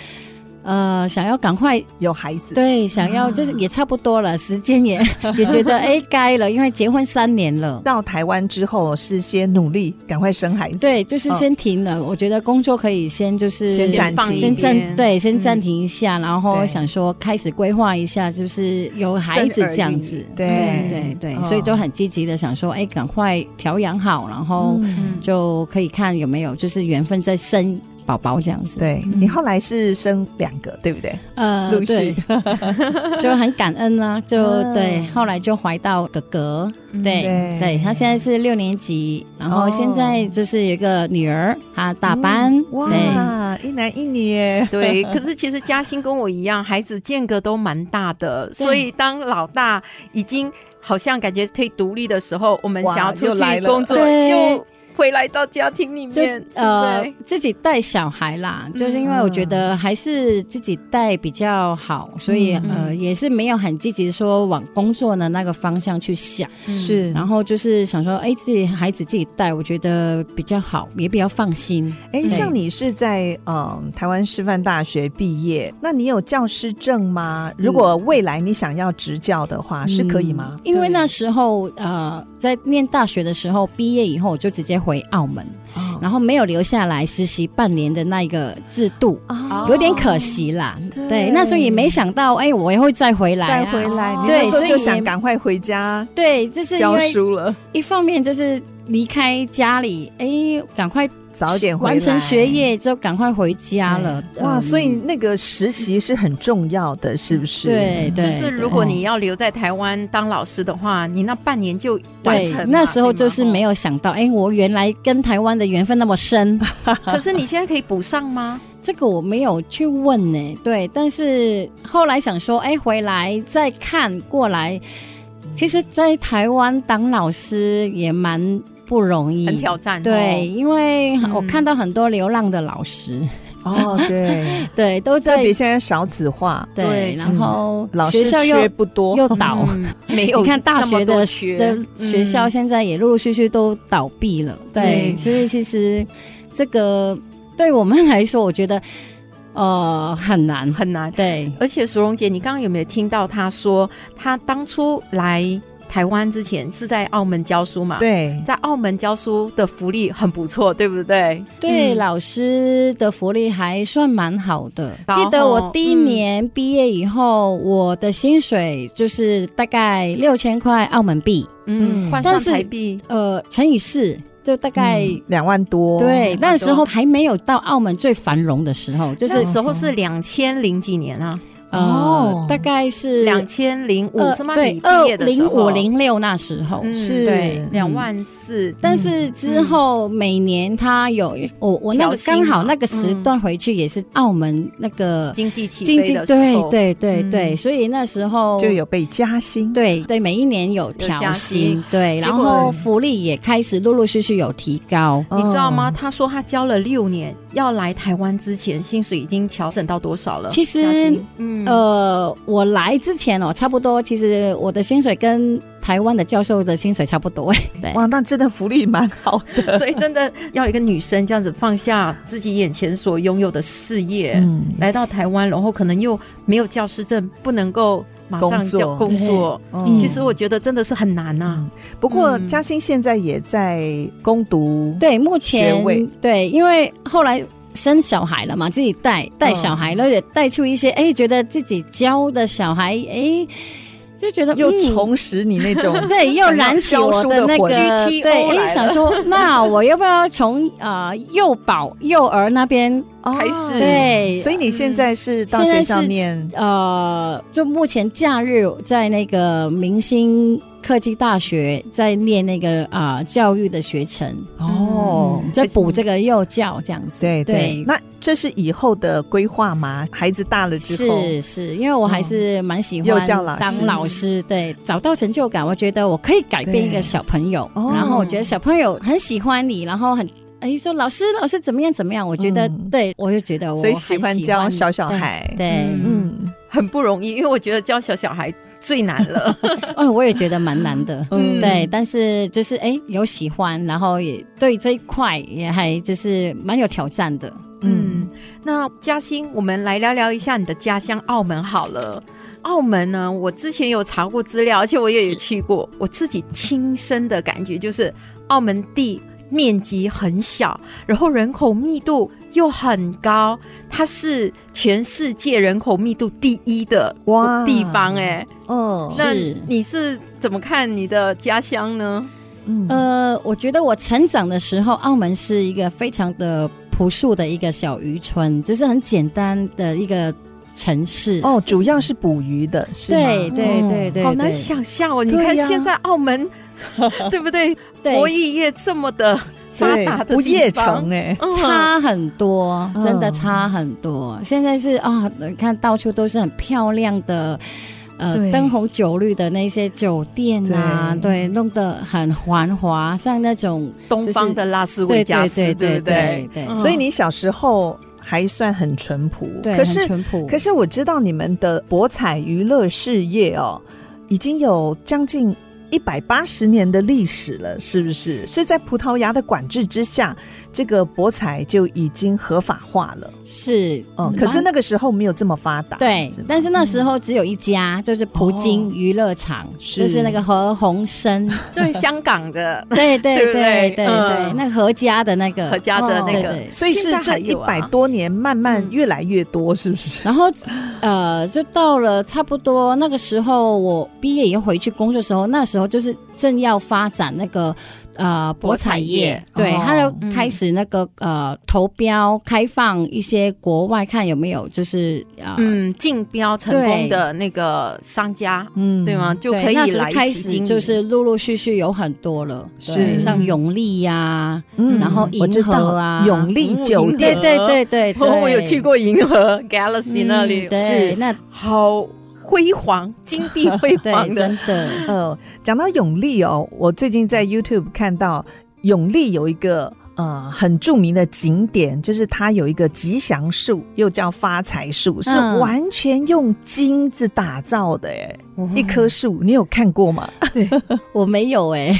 Speaker 4: 呃，想要赶快
Speaker 2: 有孩子，
Speaker 4: 对，想
Speaker 2: 啊
Speaker 4: 要就是也差不多了，时间也 也觉 得哎该了，因为结婚三年了。
Speaker 2: 到台湾之后是先努力，赶快生孩子，
Speaker 4: 对，就是先停了。我觉得工作可以先就是
Speaker 2: 哦先暂
Speaker 1: 放
Speaker 2: 停嗯
Speaker 1: 一
Speaker 4: 先
Speaker 1: 边
Speaker 4: 暂对，先暂停一下，然后
Speaker 2: 对
Speaker 4: 想说开始规划一下，就是有孩子这样子。嗯
Speaker 2: 对
Speaker 4: 对对，
Speaker 2: 哦
Speaker 4: 所以就很积极的想说，哎，赶快调养好，然
Speaker 2: 哦
Speaker 4: 后
Speaker 1: 嗯
Speaker 4: 就可以看有没有就是缘分再生宝宝这样子。
Speaker 2: 对
Speaker 1: 嗯
Speaker 2: 你后来是生两个，对不对？
Speaker 4: 呃
Speaker 2: 陆续
Speaker 4: 对，就很感恩 啦。就
Speaker 2: 嗯
Speaker 4: 对，后来就怀到哥哥，对
Speaker 2: 对
Speaker 4: 对，他现在是六年级，然后
Speaker 2: 哦
Speaker 4: 现在就是有一个女儿，她大班，对。
Speaker 2: 嗯哇，一男一女 耶，
Speaker 1: 对，可是其实嘉欣跟我一样，孩子间隔都蛮大的，所以当老大已经好像感觉可以独立的时候，我们
Speaker 2: 哇
Speaker 1: 想要出
Speaker 2: 又来
Speaker 1: 去
Speaker 2: 了
Speaker 1: 工作，
Speaker 4: 对
Speaker 1: 又回来到家庭里
Speaker 4: 就
Speaker 1: 面，
Speaker 4: 呃
Speaker 1: 对不对？
Speaker 4: 自己带小孩啦，就是因为我觉
Speaker 2: 嗯
Speaker 4: 得还是自己带比较好，所以
Speaker 1: 嗯
Speaker 4: 呃也是没有很积极说往工作的那个方向去想，
Speaker 1: 嗯
Speaker 2: 是，
Speaker 4: 然后嗯就是想说，哎，自己孩子自己带，我觉得比较好，也比较放心。
Speaker 2: 哎，
Speaker 4: 对
Speaker 2: 像你是在嗯台湾师范大学毕业，那你有教师证
Speaker 4: 嗯
Speaker 2: 吗？如果未来你想要执教的话，啊是可以吗？
Speaker 4: 嗯因为那时候呃，在念大学的时候，毕业以后我就直接回澳门，
Speaker 2: 哦
Speaker 4: 然后没有留下来实习半年的那一个制度，
Speaker 2: 啊
Speaker 4: 有点可惜啦。
Speaker 2: 哦对
Speaker 4: 对，那时候也没想到，哎，我也会再回来、
Speaker 2: 再
Speaker 4: 啊，
Speaker 2: 回来，你
Speaker 4: 对
Speaker 2: 那时候
Speaker 4: 所以
Speaker 2: 就
Speaker 4: 也
Speaker 2: 想赶快回家
Speaker 4: 对，就是因
Speaker 2: 教
Speaker 4: 为
Speaker 2: 书了，
Speaker 4: 一方面就是离开家里，哎，赶快
Speaker 2: 早一点回来
Speaker 4: 完成学。业，就赶快回家了。
Speaker 2: 哇，
Speaker 4: 嗯
Speaker 2: 所以那个实习是很重要的，是不是？
Speaker 4: 对对，
Speaker 1: 就是如果你要留在台湾当老师的话，你那半年就完
Speaker 4: 对
Speaker 1: 成嘛。
Speaker 4: 那时候就是没
Speaker 1: 有，
Speaker 4: 有想到，哎，我原来跟台湾的缘分那么深。
Speaker 1: 哦可是你现在可以补上吗？
Speaker 4: 这个我没有去问呢、对，但是后来想说，哎，回来再看过来，其实，在台湾当老师也蛮不容易，
Speaker 1: 很挑战哦，
Speaker 4: 对，因为
Speaker 1: 嗯
Speaker 4: 我看到很多流浪的老师，
Speaker 2: 哦，对，
Speaker 4: 对，都
Speaker 2: 特
Speaker 4: 在
Speaker 2: 别现在少子化，
Speaker 4: 对，
Speaker 1: 对
Speaker 4: 然后
Speaker 2: 老
Speaker 4: 学
Speaker 2: 师
Speaker 4: 校
Speaker 2: 缺
Speaker 4: 又
Speaker 2: 不多，
Speaker 4: 又倒。
Speaker 1: 嗯，没有
Speaker 4: 你看大
Speaker 1: 那么
Speaker 4: 学
Speaker 1: 多
Speaker 4: 的
Speaker 1: 学
Speaker 4: 的学校
Speaker 1: 嗯
Speaker 4: 现在也陆陆续续都倒闭了，对，
Speaker 1: 对
Speaker 4: 所以其实这个对我们来说，我觉得呃很难，
Speaker 1: 很难。
Speaker 4: 对，
Speaker 1: 而且淑荣姐，你刚刚有没有听到她说，她当初来台湾之前是在澳门教书嘛？，
Speaker 2: 对，
Speaker 1: 在澳门教书的福利很不错，对不对？
Speaker 4: 对、
Speaker 1: 嗯
Speaker 4: 老师的福利还算蛮好的。
Speaker 1: 高
Speaker 4: 记得我第一
Speaker 1: 嗯
Speaker 4: 年毕业以后，我的薪水就是大概六千块澳门币，
Speaker 2: 嗯
Speaker 1: 嗯，换
Speaker 4: 但
Speaker 1: 算
Speaker 4: 是
Speaker 1: 台币，
Speaker 4: 呃，乘以四，就大概、
Speaker 2: 嗯两万多，
Speaker 4: 对。
Speaker 1: 多
Speaker 4: 那时候还没有到澳门最繁荣的时候，就
Speaker 1: 就是
Speaker 4: 嗯
Speaker 1: 是时候是两千零几年啊，
Speaker 4: 呃，
Speaker 2: 哦
Speaker 4: 大概是
Speaker 1: 两千零五
Speaker 4: 呃
Speaker 1: 是吗？
Speaker 4: 对
Speaker 1: 你毕业的时
Speaker 4: 零
Speaker 1: 候，啊
Speaker 4: 五零六那时候。
Speaker 1: 嗯
Speaker 2: 是
Speaker 1: 对
Speaker 2: 嗯
Speaker 1: 两万四，
Speaker 4: 但是之后每年他有我我那
Speaker 1: 调
Speaker 4: 个
Speaker 1: 薪
Speaker 4: 刚
Speaker 1: 嘛
Speaker 4: 好那个时
Speaker 1: 嗯
Speaker 4: 段回去也是澳门那个
Speaker 1: 经济起
Speaker 4: 经
Speaker 1: 飞
Speaker 4: 济
Speaker 1: 的时
Speaker 4: 对
Speaker 1: 候，
Speaker 4: 对对对，
Speaker 1: 嗯
Speaker 4: 所以那时候
Speaker 2: 就有被加薪。
Speaker 4: 对对，每一年有
Speaker 1: 加
Speaker 4: 调
Speaker 1: 薪
Speaker 4: 薪，对，
Speaker 1: 结
Speaker 4: 然
Speaker 1: 果嗯
Speaker 4: 后福利也开始陆陆续续有提高。
Speaker 2: 哦，
Speaker 1: 你知道吗？他说他教了六年，要来台湾之前，薪水已经调整到多少了？
Speaker 4: 其实
Speaker 1: 加薪嗯
Speaker 4: 呃，我来之前哦，差不多，其实我的薪水跟台湾的教授的薪水差不多。对，
Speaker 2: 哇，那真的福利蛮好的。
Speaker 1: 所以真的要一个女生这样子放下自己眼前所拥有的事业，
Speaker 2: 嗯，
Speaker 1: 来到台湾，然后可能又没有教师证，不能够马上就
Speaker 2: 工
Speaker 1: 工
Speaker 4: 作
Speaker 1: 作。
Speaker 2: 嗯
Speaker 1: 其实我觉得真的是很难呐、
Speaker 2: 不过
Speaker 1: 嗯
Speaker 2: 嘉欣现在也在攻读，，
Speaker 4: 对，目
Speaker 2: 学
Speaker 4: 前
Speaker 2: 位
Speaker 4: 对，因为后来。生小孩了嘛，自己带带
Speaker 2: 嗯
Speaker 4: 小孩，而且带出一些哎，觉得自己教的小孩哎，就觉得
Speaker 2: 又
Speaker 4: 嗯
Speaker 2: 重拾你那种
Speaker 4: 对，又
Speaker 2: 想要
Speaker 4: 燃起
Speaker 2: 教
Speaker 4: 我
Speaker 2: 书
Speaker 4: 的
Speaker 2: 的
Speaker 4: 那
Speaker 2: 火
Speaker 4: 个
Speaker 2: 焰
Speaker 1: GTO
Speaker 4: 对，
Speaker 1: 来了
Speaker 4: 哎，想 说那我要不要从呃幼保幼儿那边
Speaker 1: 哦
Speaker 2: 开始。
Speaker 4: 对
Speaker 2: 所以你现在是到学校念
Speaker 4: 呃，就目前假日在那个明星科技大学在念那个啊、呃教育的学程，
Speaker 2: 哦。
Speaker 4: 嗯，在补这个幼教这样子，
Speaker 2: 对对
Speaker 4: 对，
Speaker 2: 那这是以后的规划吗？孩子大了之后，
Speaker 4: 是是，因为我还是蛮喜
Speaker 2: 幼
Speaker 4: 欢
Speaker 2: 教嗯老师
Speaker 4: 当老师，对，找到成就感，我觉得我可以改变一
Speaker 2: 对
Speaker 4: 个小朋友，
Speaker 2: 哦
Speaker 4: 然后我觉得小朋友很喜欢你，然后很哎说老师老师怎么样怎么样，我觉得、
Speaker 2: 嗯
Speaker 4: 对我就觉得我
Speaker 2: 所以
Speaker 4: 很
Speaker 2: 喜
Speaker 4: 喜
Speaker 2: 欢教
Speaker 4: 你
Speaker 2: 小小
Speaker 4: 对
Speaker 2: 孩
Speaker 4: 对，
Speaker 2: 嗯
Speaker 1: 很不容易，因为我觉得教小小孩最难了。
Speaker 4: 哦，我也觉得蛮难的。
Speaker 2: 嗯
Speaker 4: 对，但是就是哎、有喜欢，然后也对这一块也还就是蛮有挑战的。
Speaker 2: 嗯
Speaker 1: 嗯，那嘉欣，我们来聊聊一下你的家乡澳门好了。澳门呢，我之前有查过资料，而且我也有去过，我自己亲身的感觉就是，澳门地面积很小，然后人口密度又很高，它是全世界人口密度第一的
Speaker 2: 哇
Speaker 1: 地方哎、
Speaker 2: 哦
Speaker 1: 那
Speaker 4: 是
Speaker 1: 你是怎么看你的家乡呢？
Speaker 2: 嗯
Speaker 4: 呃，我觉得我成长的时候，澳门是一个非常的朴素的一个小渔村，就是很简单的一个城市。
Speaker 2: 哦，主要是捕鱼的，是吗
Speaker 4: 对对
Speaker 2: 哦
Speaker 4: 对对，
Speaker 1: 好难
Speaker 4: 对。
Speaker 1: 想象哦！你
Speaker 2: 对
Speaker 1: 看
Speaker 2: 呀
Speaker 1: 现在 澳门，对不对？
Speaker 4: 对
Speaker 1: 博弈业这么的发
Speaker 2: 对
Speaker 1: 达的
Speaker 2: 不夜
Speaker 1: 地方
Speaker 2: 城，哎，
Speaker 1: 嗯
Speaker 4: 差很多，
Speaker 2: 嗯
Speaker 4: 真的差很多。现在是啊，你看到处都是很漂亮的，呃
Speaker 2: 对，
Speaker 4: 灯红酒绿的那些酒店啊，
Speaker 2: 对
Speaker 4: 对，弄得很繁华，像那种
Speaker 1: 东方的拉斯维
Speaker 4: 对
Speaker 1: 加
Speaker 4: 对
Speaker 1: 斯，
Speaker 4: 对
Speaker 1: 对
Speaker 4: 对
Speaker 1: 不
Speaker 4: 对
Speaker 1: 对？
Speaker 4: 对
Speaker 1: 嗯
Speaker 2: 所以你小时候还算很淳朴，
Speaker 4: 对，
Speaker 2: 可
Speaker 4: 很
Speaker 2: 是
Speaker 4: 淳朴，
Speaker 2: 可是我知道你们的博彩娱乐事业哦，已经有将近一百八十年的历史了，是不是？是在葡萄牙的管制之下，这个博彩就已经合法化了。
Speaker 4: 是
Speaker 2: 哦、可是那个时候没有这么发达，
Speaker 4: 嗯对
Speaker 2: 是吗，
Speaker 4: 但是那时候只有一
Speaker 1: 嗯
Speaker 4: 家，就是葡京
Speaker 2: 哦
Speaker 4: 娱乐场，
Speaker 2: 是
Speaker 4: 就是那个何鸿 燊，
Speaker 1: 对香港的
Speaker 4: 对对
Speaker 1: 对不
Speaker 4: 对
Speaker 1: 对
Speaker 4: 对对
Speaker 1: 嗯，
Speaker 4: 那个何家的那个
Speaker 1: 何家的那
Speaker 4: 呃对
Speaker 1: 个，
Speaker 4: 对
Speaker 2: 所以是
Speaker 1: 现在
Speaker 2: 这
Speaker 1: 还
Speaker 2: 一
Speaker 1: 有啊
Speaker 2: 百多年慢慢
Speaker 1: 嗯
Speaker 2: 越来越多，是不是？
Speaker 4: 然后，呃，就到了差不多那个时候，我毕业以后回去工作的时候，那时候就是正要发展那个呃
Speaker 1: 博
Speaker 4: 博
Speaker 1: 彩
Speaker 4: 彩业
Speaker 1: 业，嗯
Speaker 4: 对，
Speaker 2: 哦
Speaker 4: 他就开始那个呃投标开放一些国外看有没有就是呃。
Speaker 1: 嗯竞标成功的那个商家，
Speaker 2: 嗯
Speaker 1: 对吗？？就可
Speaker 4: 对那
Speaker 1: 以
Speaker 4: 时候
Speaker 1: 来
Speaker 4: 开
Speaker 1: 一起
Speaker 4: 始
Speaker 1: 经
Speaker 4: 就
Speaker 1: 营
Speaker 4: 是陆陆续续有很多了，对
Speaker 2: 是
Speaker 4: 像永利呀、
Speaker 2: 嗯
Speaker 4: 然后
Speaker 2: 我知
Speaker 4: 银河
Speaker 2: 道
Speaker 4: 啊
Speaker 2: 永利
Speaker 1: 嗯
Speaker 2: 酒
Speaker 1: 银河
Speaker 2: 店
Speaker 4: 对对对 对对，
Speaker 1: 哦我有去过银河 Galaxy
Speaker 4: 嗯
Speaker 1: 那里，
Speaker 4: 对，
Speaker 1: 是
Speaker 4: 那
Speaker 1: 好辉煌、金碧辉煌 的
Speaker 4: 对真 的，
Speaker 2: 呃，讲到永利哦，我最近
Speaker 1: 嗯
Speaker 2: 在 YouTube 看到永利有一个呃很著名的景点，就是它有一个吉祥树，又叫发财树，是
Speaker 4: 嗯
Speaker 2: 完全用金子打造的哎、一棵树，你有看过 吗？
Speaker 4: 我没有哎、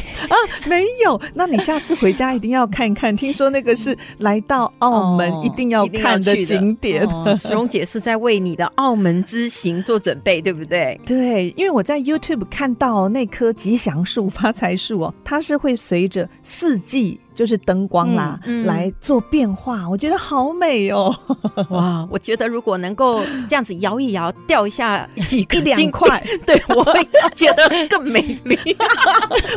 Speaker 2: 没有，那你下次回家一定要看看。听说那个是来到澳门
Speaker 4: 哦
Speaker 2: 一定要
Speaker 1: 一定要
Speaker 2: 看的
Speaker 1: 去的
Speaker 2: 景点。
Speaker 4: 哦
Speaker 1: 芙蓉姐是在为你的澳门之行做准备，对不对？
Speaker 2: 对，因为我在 YouTube 看到那棵吉祥树、发财树哦，它是会随着四季就是灯光啦，
Speaker 1: 嗯嗯
Speaker 2: 来做变化，我觉得好美 哦，
Speaker 1: 哇，我觉得如果能够这样子摇一摇，掉一下几
Speaker 2: 一
Speaker 1: 个
Speaker 2: 两
Speaker 1: 金
Speaker 2: 块，
Speaker 1: 对我会觉得更美丽。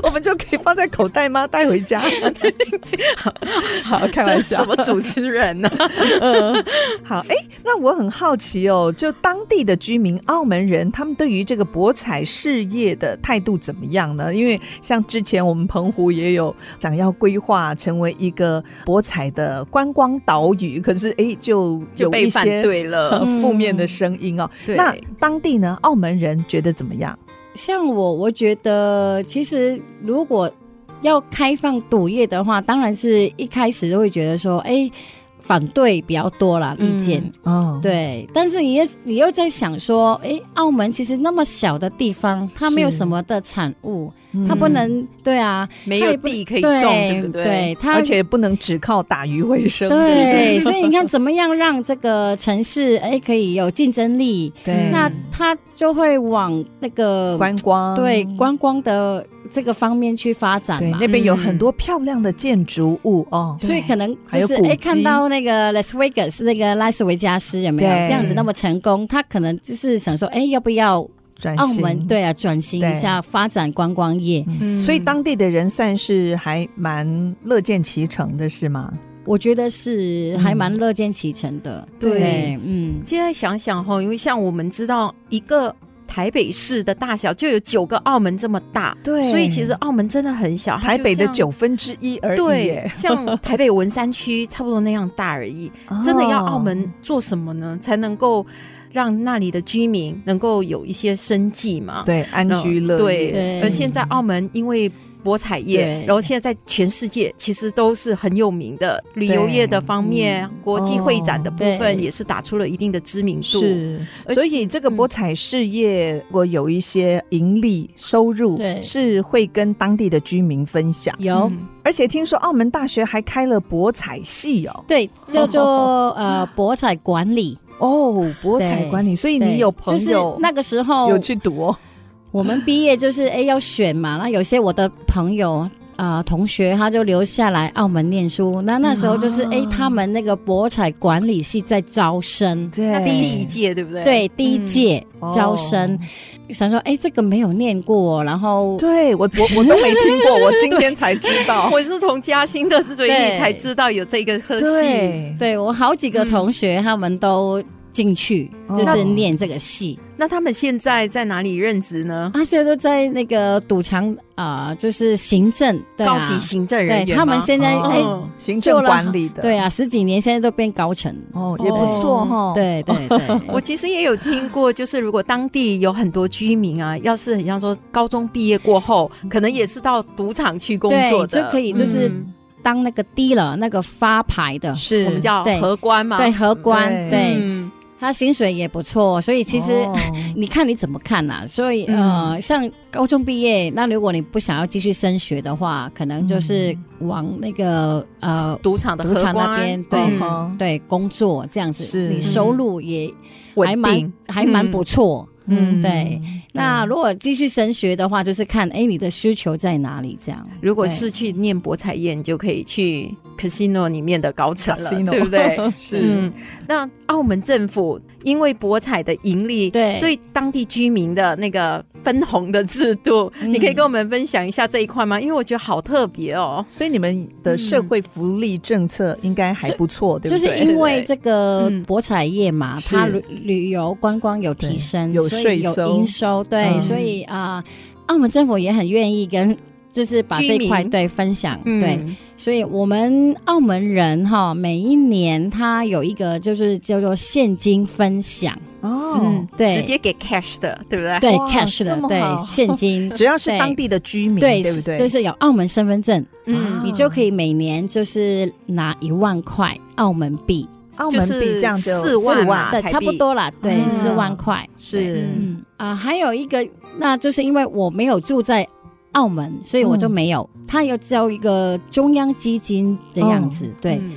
Speaker 2: 我们就可以放在口袋吗？带回家？ 好，好 开玩
Speaker 1: 这
Speaker 2: 笑
Speaker 1: 什。么主持人 呢、
Speaker 2: 嗯，好，哎，那我很好奇哦，就当地的居民，澳门人，他们对于这个博彩事业的态度怎么样呢？因为像之前我们澎湖也有想要规划成为一个博彩的观光岛屿，可是哎，就
Speaker 1: 就
Speaker 2: 有
Speaker 1: 被
Speaker 2: 一
Speaker 1: 反
Speaker 2: 些
Speaker 1: 对了。
Speaker 2: 呃负面的声音哦。
Speaker 4: 嗯
Speaker 1: 对
Speaker 2: 那当地呢，澳门人觉得怎么样？
Speaker 4: 像我，我觉得其实如果要开放赌业的话，当然是一开始会觉得说，哎，反对比较多啦，
Speaker 1: 嗯
Speaker 4: 意见。
Speaker 2: 哦，，
Speaker 4: 对，但是你又你又在想说，哎，澳门其实那么小的地方，它没有
Speaker 2: 是
Speaker 4: 什么的产物，
Speaker 2: 嗯
Speaker 4: 它不能对啊，
Speaker 1: 没
Speaker 4: 它
Speaker 1: 有
Speaker 4: 也不
Speaker 1: 地可以
Speaker 4: 对
Speaker 1: 种，对不对？
Speaker 4: 对，它
Speaker 2: 而且不能只靠打鱼为生。
Speaker 4: 对，所以你看，怎么样让这个城市哎可以有竞争力？
Speaker 2: 对，
Speaker 4: 那它就会往那个
Speaker 2: 嗯观光
Speaker 4: 对观光的这个方面去发展
Speaker 2: 对
Speaker 4: 嘛。
Speaker 2: 那边有很
Speaker 1: 嗯
Speaker 2: 多漂亮的建筑物哦。
Speaker 4: 所以可能
Speaker 2: 还有
Speaker 4: 就是
Speaker 2: 古
Speaker 4: 哎，
Speaker 2: 迹
Speaker 4: 看到那个 Las Vegas 那个拉斯维加斯有没有
Speaker 2: 对
Speaker 4: 这样子那么成功？他可能就是想说，哎，要不要
Speaker 2: 转
Speaker 4: 澳
Speaker 2: 型
Speaker 4: 门。对啊转型一下，发展观光业？
Speaker 1: 嗯
Speaker 2: 所以当地的人算是还蛮乐见其成的，是吗？
Speaker 4: 我觉得是还蛮乐见其成的。
Speaker 2: 嗯对，
Speaker 4: 嗯，
Speaker 1: 现在想想哈，因为像我们知道一个。台北市的大小就有九个澳门这么大，
Speaker 2: 对
Speaker 1: 所以其实澳门真的很小，它
Speaker 2: 台
Speaker 1: 就
Speaker 2: 北的
Speaker 1: 像
Speaker 2: 九分之一而已
Speaker 1: 对
Speaker 2: 耶，，
Speaker 1: 像台北文山区差不多那样大而已。
Speaker 2: 哦
Speaker 1: 真的要澳门做什么呢？才能够让那里的居民能够有一些生计嘛
Speaker 2: 哦？对安
Speaker 1: 嗯
Speaker 2: 居乐业，
Speaker 1: 对，
Speaker 4: 对
Speaker 1: 而现在澳门因为博彩业
Speaker 4: 对，
Speaker 1: 然后现在在全世界其实都是很有名的，旅游业的方面，国际会展的部分
Speaker 4: 对
Speaker 1: 也是打出了一定的知名度。
Speaker 2: 是，
Speaker 1: 而
Speaker 2: 所以
Speaker 1: 且
Speaker 2: 这个博彩事业如果有一些盈利收入，
Speaker 4: 对
Speaker 2: 是会跟当地的居民分享。
Speaker 4: 有。
Speaker 1: 嗯
Speaker 2: 而且听说澳门大学还开了博彩系哦，
Speaker 4: 对，叫做呃博彩管理。
Speaker 2: 哦，博彩
Speaker 4: 对
Speaker 2: 管理，所以你
Speaker 4: 对
Speaker 2: 有朋
Speaker 4: 就
Speaker 2: 友
Speaker 4: 是那个时候
Speaker 2: 有去读哦，
Speaker 4: 我们毕业就是哎要选嘛，那有些我的朋友。啊、同学他就留下来澳门念书，那那时候
Speaker 2: 啊
Speaker 4: 就是哎、他们那个博彩管理系在招生，
Speaker 2: 对嗯哦
Speaker 1: 那是第一届，对不对？
Speaker 4: 对，第一届招生，想说哎、这个没有念过，然后
Speaker 2: 对我我我都没听过，我今天才知 道。
Speaker 1: 我是从嘉兴的嘴里
Speaker 4: 对
Speaker 1: 才知道有这个科系。
Speaker 2: 对，
Speaker 4: 对我好几个
Speaker 1: 嗯
Speaker 4: 同学、他们都进去，
Speaker 2: 哦
Speaker 4: 就是念这个系，啊
Speaker 1: 那他们现在在哪里任职呢？
Speaker 4: 他现在都在那个赌场啊、就是行政，对啊
Speaker 1: 高级行政人
Speaker 4: 对
Speaker 1: 员吗
Speaker 4: 他们现在哎、
Speaker 1: 哦
Speaker 2: 行政管理的，
Speaker 4: 对啊，十几年现在都变高层，
Speaker 2: 哦，也不错哈。，
Speaker 4: 对对对，
Speaker 1: 我其实也有听过，就是如果当地有很多居民啊，要是很像说高中毕业过后，可能也是到赌场去工作的，
Speaker 4: 嗯对就可以就是
Speaker 1: 嗯
Speaker 4: 当那个低了那个发牌的，
Speaker 2: 是
Speaker 1: 我们叫
Speaker 4: 对
Speaker 1: 荷官嘛，
Speaker 4: 对荷官，
Speaker 2: 对
Speaker 4: 对、
Speaker 1: 嗯
Speaker 4: 他薪水也不错，所以其实。
Speaker 2: 哦
Speaker 4: 你看你怎么看啦、所以
Speaker 1: 嗯
Speaker 4: 呃，像高中毕业，那如果你不想要继续升学的话，可能就是往那个、呃
Speaker 1: 赌场的
Speaker 4: 赌
Speaker 1: 荷
Speaker 4: 场那
Speaker 1: 官
Speaker 4: 边对、
Speaker 1: 嗯
Speaker 2: 嗯
Speaker 4: 对工作这样子，
Speaker 2: 是
Speaker 4: 你收入也还
Speaker 1: 稳
Speaker 4: 蛮
Speaker 1: 定，
Speaker 4: 还蛮不错。
Speaker 2: 嗯
Speaker 4: 对。那如果继续升学的话，就是看哎你的需求在哪里这样。
Speaker 1: 如果
Speaker 4: 对
Speaker 1: 是去念博彩业，你就可以去 casino 里面的高层了
Speaker 2: Casino
Speaker 1: 对不 对？
Speaker 2: 哦
Speaker 4: 嗯
Speaker 1: 嗯
Speaker 2: 是，
Speaker 1: 那澳门政府因为博彩的盈利，
Speaker 4: 对
Speaker 1: 对当地居民的那个分红的制度，
Speaker 4: 嗯
Speaker 1: 你可以跟我们分享一下这一块吗？因为我觉得好特别哦。
Speaker 2: 所以你们的社会福利政策应该还不错，对
Speaker 4: 嗯就
Speaker 2: 不
Speaker 4: 是
Speaker 2: 对？
Speaker 4: 因为这个
Speaker 1: 嗯
Speaker 4: 博彩业嘛，
Speaker 2: 是
Speaker 4: 它旅旅游观光有提升，
Speaker 2: 对有
Speaker 4: 所以
Speaker 2: 税收
Speaker 4: 有营收，对，
Speaker 2: 嗯
Speaker 4: 所以啊、澳门政府也很愿意跟。就是把这一块
Speaker 1: 居民
Speaker 4: 对分享，
Speaker 1: 嗯
Speaker 4: 对，，所以我们澳门人哈，每一年他有一个就是叫做现金分享，
Speaker 2: 哦，
Speaker 1: 嗯
Speaker 4: 对
Speaker 1: 直接给 cash 的，对不对？
Speaker 4: 对
Speaker 2: 哇
Speaker 4: cash 的
Speaker 2: 这么，
Speaker 4: 对
Speaker 2: 好
Speaker 4: 现金，
Speaker 2: 只要是当地的居民，
Speaker 4: 对，
Speaker 2: 对不对？
Speaker 4: 就是有澳门身份证，
Speaker 2: 嗯
Speaker 4: 你就可以每年就是拿一万块澳门币，
Speaker 2: 澳
Speaker 1: 就
Speaker 2: 门
Speaker 1: 是
Speaker 2: 币这样就
Speaker 1: 四万
Speaker 2: 四
Speaker 1: 啊
Speaker 2: 万
Speaker 4: 对，
Speaker 1: 台币
Speaker 4: 差不多啦，对，
Speaker 2: 嗯
Speaker 4: 四万块。
Speaker 2: 是
Speaker 1: 嗯
Speaker 4: 嗯啊、还有一个，那就是因为我没有住在澳
Speaker 1: 嗯
Speaker 4: 门，所以我就没有。他有叫一个中央基金的样子，对，
Speaker 1: 嗯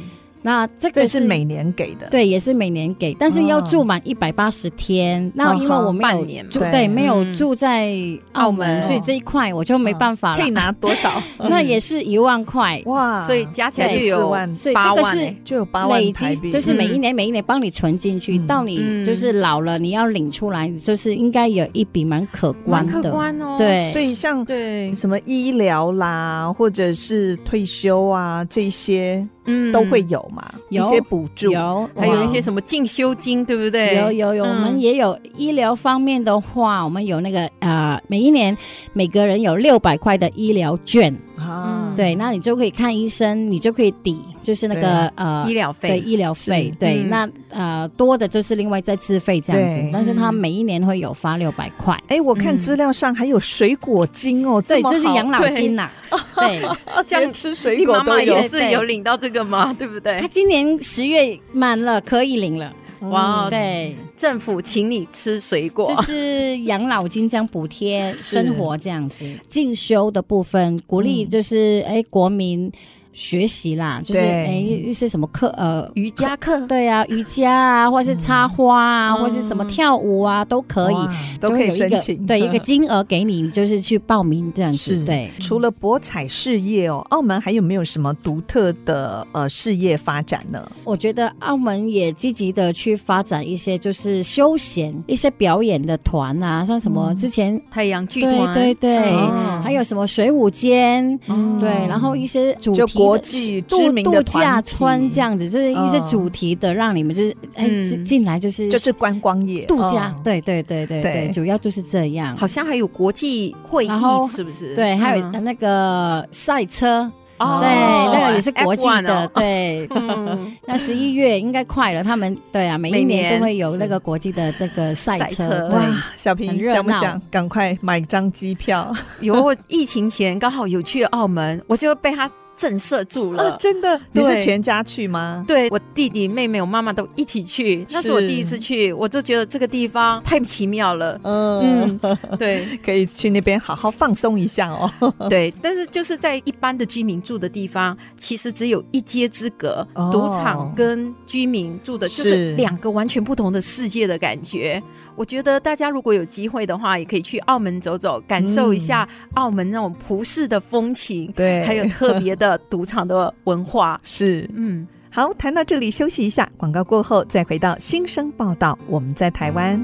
Speaker 4: 那这
Speaker 2: 这
Speaker 4: 个
Speaker 2: 是每年给的，
Speaker 4: 对，也是每年给，但是要住满一百八十天。那因为我没
Speaker 1: 哦半
Speaker 4: 有
Speaker 1: 年嘛
Speaker 4: 住，
Speaker 2: 对
Speaker 4: 对，没有
Speaker 1: 嗯哦
Speaker 4: 住在澳门，所以这一块我就没办法了
Speaker 2: 可以。拿多少？
Speaker 4: 那也是一万块，
Speaker 2: 哇，
Speaker 1: 所以加起来就
Speaker 2: 四
Speaker 1: 有
Speaker 2: 万，哎
Speaker 4: 所以
Speaker 1: 八
Speaker 4: 这个
Speaker 1: 啊万
Speaker 4: 是
Speaker 1: 欸
Speaker 2: 就有八
Speaker 4: 累
Speaker 2: 万台
Speaker 4: 积，
Speaker 2: 币，
Speaker 4: 就是每一
Speaker 1: 嗯
Speaker 4: 年每一年帮你存进去，
Speaker 2: 嗯
Speaker 4: 到你就是老了，你要领出来，就是应该有一笔蛮可观
Speaker 1: 蛮可
Speaker 4: 的。
Speaker 1: 观哦。
Speaker 4: 对
Speaker 2: 嗯
Speaker 4: 嗯
Speaker 2: 所以像
Speaker 1: 对，
Speaker 2: 什么医疗啦，或者是退休啊，这些
Speaker 1: 嗯
Speaker 2: 都会有嘛，
Speaker 4: 有
Speaker 2: 一些补助。
Speaker 4: 有，
Speaker 1: 还有一些
Speaker 4: 哇
Speaker 1: 什么进修金，对不对？
Speaker 4: 有有有，我们
Speaker 1: 嗯
Speaker 4: 也有医疗方面的话，我们有那个呃，每一年每个人有六百块的医疗券，
Speaker 2: 啊
Speaker 1: 嗯，
Speaker 4: 对，那你就可以看医生，你就可以抵，就是那个呃
Speaker 1: 医疗
Speaker 4: 对
Speaker 1: 费，
Speaker 4: 医疗费，对，
Speaker 1: 嗯
Speaker 4: 那呃多的就是另外再自费这样子
Speaker 2: 对，
Speaker 4: 但是他
Speaker 1: 嗯
Speaker 4: 每一年会有发六百块。
Speaker 2: 哎，我看
Speaker 1: 嗯
Speaker 2: 资料上还有水果金哦，
Speaker 4: 对，
Speaker 2: 这么
Speaker 4: 就是
Speaker 2: 好啊
Speaker 4: 养老
Speaker 1: 对
Speaker 4: 金呐、对，
Speaker 1: 这样
Speaker 2: 连吃水
Speaker 1: 你
Speaker 2: 果
Speaker 1: 妈
Speaker 2: 都
Speaker 1: 妈
Speaker 2: 有
Speaker 1: 也，是有领到这个吗？对不对
Speaker 4: 他？今年十月满了，可以领了。
Speaker 2: 哦
Speaker 1: 哇，
Speaker 4: 嗯对，
Speaker 1: 政府请你吃水果哦
Speaker 4: 就，是养老金这样补贴生活这样 子。进修的部分鼓励就是哎、国民学习啦，就是
Speaker 2: 嗯对
Speaker 4: 哎一些什么课呃。
Speaker 1: 瑜伽课，
Speaker 4: 对啊，瑜伽
Speaker 2: 嗯
Speaker 4: 啊，或是插花啊，
Speaker 1: 嗯
Speaker 4: 或是什么跳舞啊，都可以
Speaker 2: 哇，都可
Speaker 4: 就会
Speaker 2: 以
Speaker 4: 有一
Speaker 2: 申
Speaker 4: 个
Speaker 2: 请。 嗯
Speaker 4: 对一个金额给你，就是去报名这样子。
Speaker 2: 是
Speaker 4: 对，
Speaker 2: 除了博彩事业哦，澳门还有没有什么独特的呃事业发展呢？
Speaker 4: 我觉得澳门也积极的去发展一些就是休闲、一些表演的团啊，像什
Speaker 2: 嗯
Speaker 4: 么之前、
Speaker 1: 太阳剧
Speaker 4: 对
Speaker 1: 团，
Speaker 4: 对对，
Speaker 1: 哦
Speaker 4: 还有什么水舞间，
Speaker 2: 哎嗯
Speaker 4: 对，然后一些主题
Speaker 2: 就
Speaker 4: 的
Speaker 2: 国际知
Speaker 4: 度
Speaker 2: 名
Speaker 4: 度
Speaker 2: 的
Speaker 4: 假
Speaker 2: 团体
Speaker 4: 村这样子，就是一些
Speaker 2: 嗯
Speaker 4: 主题的，让你们就是哎
Speaker 1: 嗯
Speaker 4: 进进来就是
Speaker 2: 就是观光业
Speaker 4: 度假
Speaker 2: 嗯，
Speaker 4: 对对对对对
Speaker 2: 对，
Speaker 4: 主要就是这样
Speaker 1: 好。像还有国际会
Speaker 4: 然后
Speaker 1: 议，是不是？
Speaker 4: 对，还有
Speaker 1: 嗯
Speaker 4: 那个赛车，
Speaker 1: 哦
Speaker 4: 对，那个也是国际
Speaker 1: F1
Speaker 4: 的
Speaker 1: 哦，
Speaker 4: 对，
Speaker 1: 嗯
Speaker 4: 那十一月应该快了，他们对啊，每一
Speaker 1: 每
Speaker 4: 年
Speaker 1: 年
Speaker 4: 都会有那个国际的那个赛
Speaker 1: 赛
Speaker 4: 车，
Speaker 1: 车
Speaker 4: 对
Speaker 2: 哇，小
Speaker 4: 很
Speaker 2: 平
Speaker 4: 热
Speaker 2: 想不
Speaker 4: 闹
Speaker 2: 想赶快买张机票？
Speaker 1: 有我疫情前刚好有去澳门，我就被他震慑住
Speaker 2: 啊，
Speaker 4: 哦
Speaker 1: 了。
Speaker 2: 真的，你是
Speaker 1: 对
Speaker 2: 全家去吗？
Speaker 1: 对我弟弟、妹妹、我妈妈都一起去，那是我
Speaker 2: 是
Speaker 1: 第一次去，我就觉得这个地方太奇妙了。
Speaker 2: 嗯
Speaker 1: 嗯，，对
Speaker 2: 可以去那边好好放松一下哦。
Speaker 1: 对，但是就是在一般的居民住的地方，其实只有一街之隔，
Speaker 2: 哦
Speaker 1: 赌场跟居民住的就是
Speaker 2: 是
Speaker 1: 两个完全不同的世界的感觉。我觉得大家如果有机会的话，也可以去澳门走走，感受一下澳门那种葡式的风情，
Speaker 2: 对。
Speaker 1: 还有特别的赌场的文化
Speaker 2: 是，
Speaker 1: 嗯，
Speaker 2: 好，谈到这里休息一下，广告过后再回到新生报道。我们在台湾，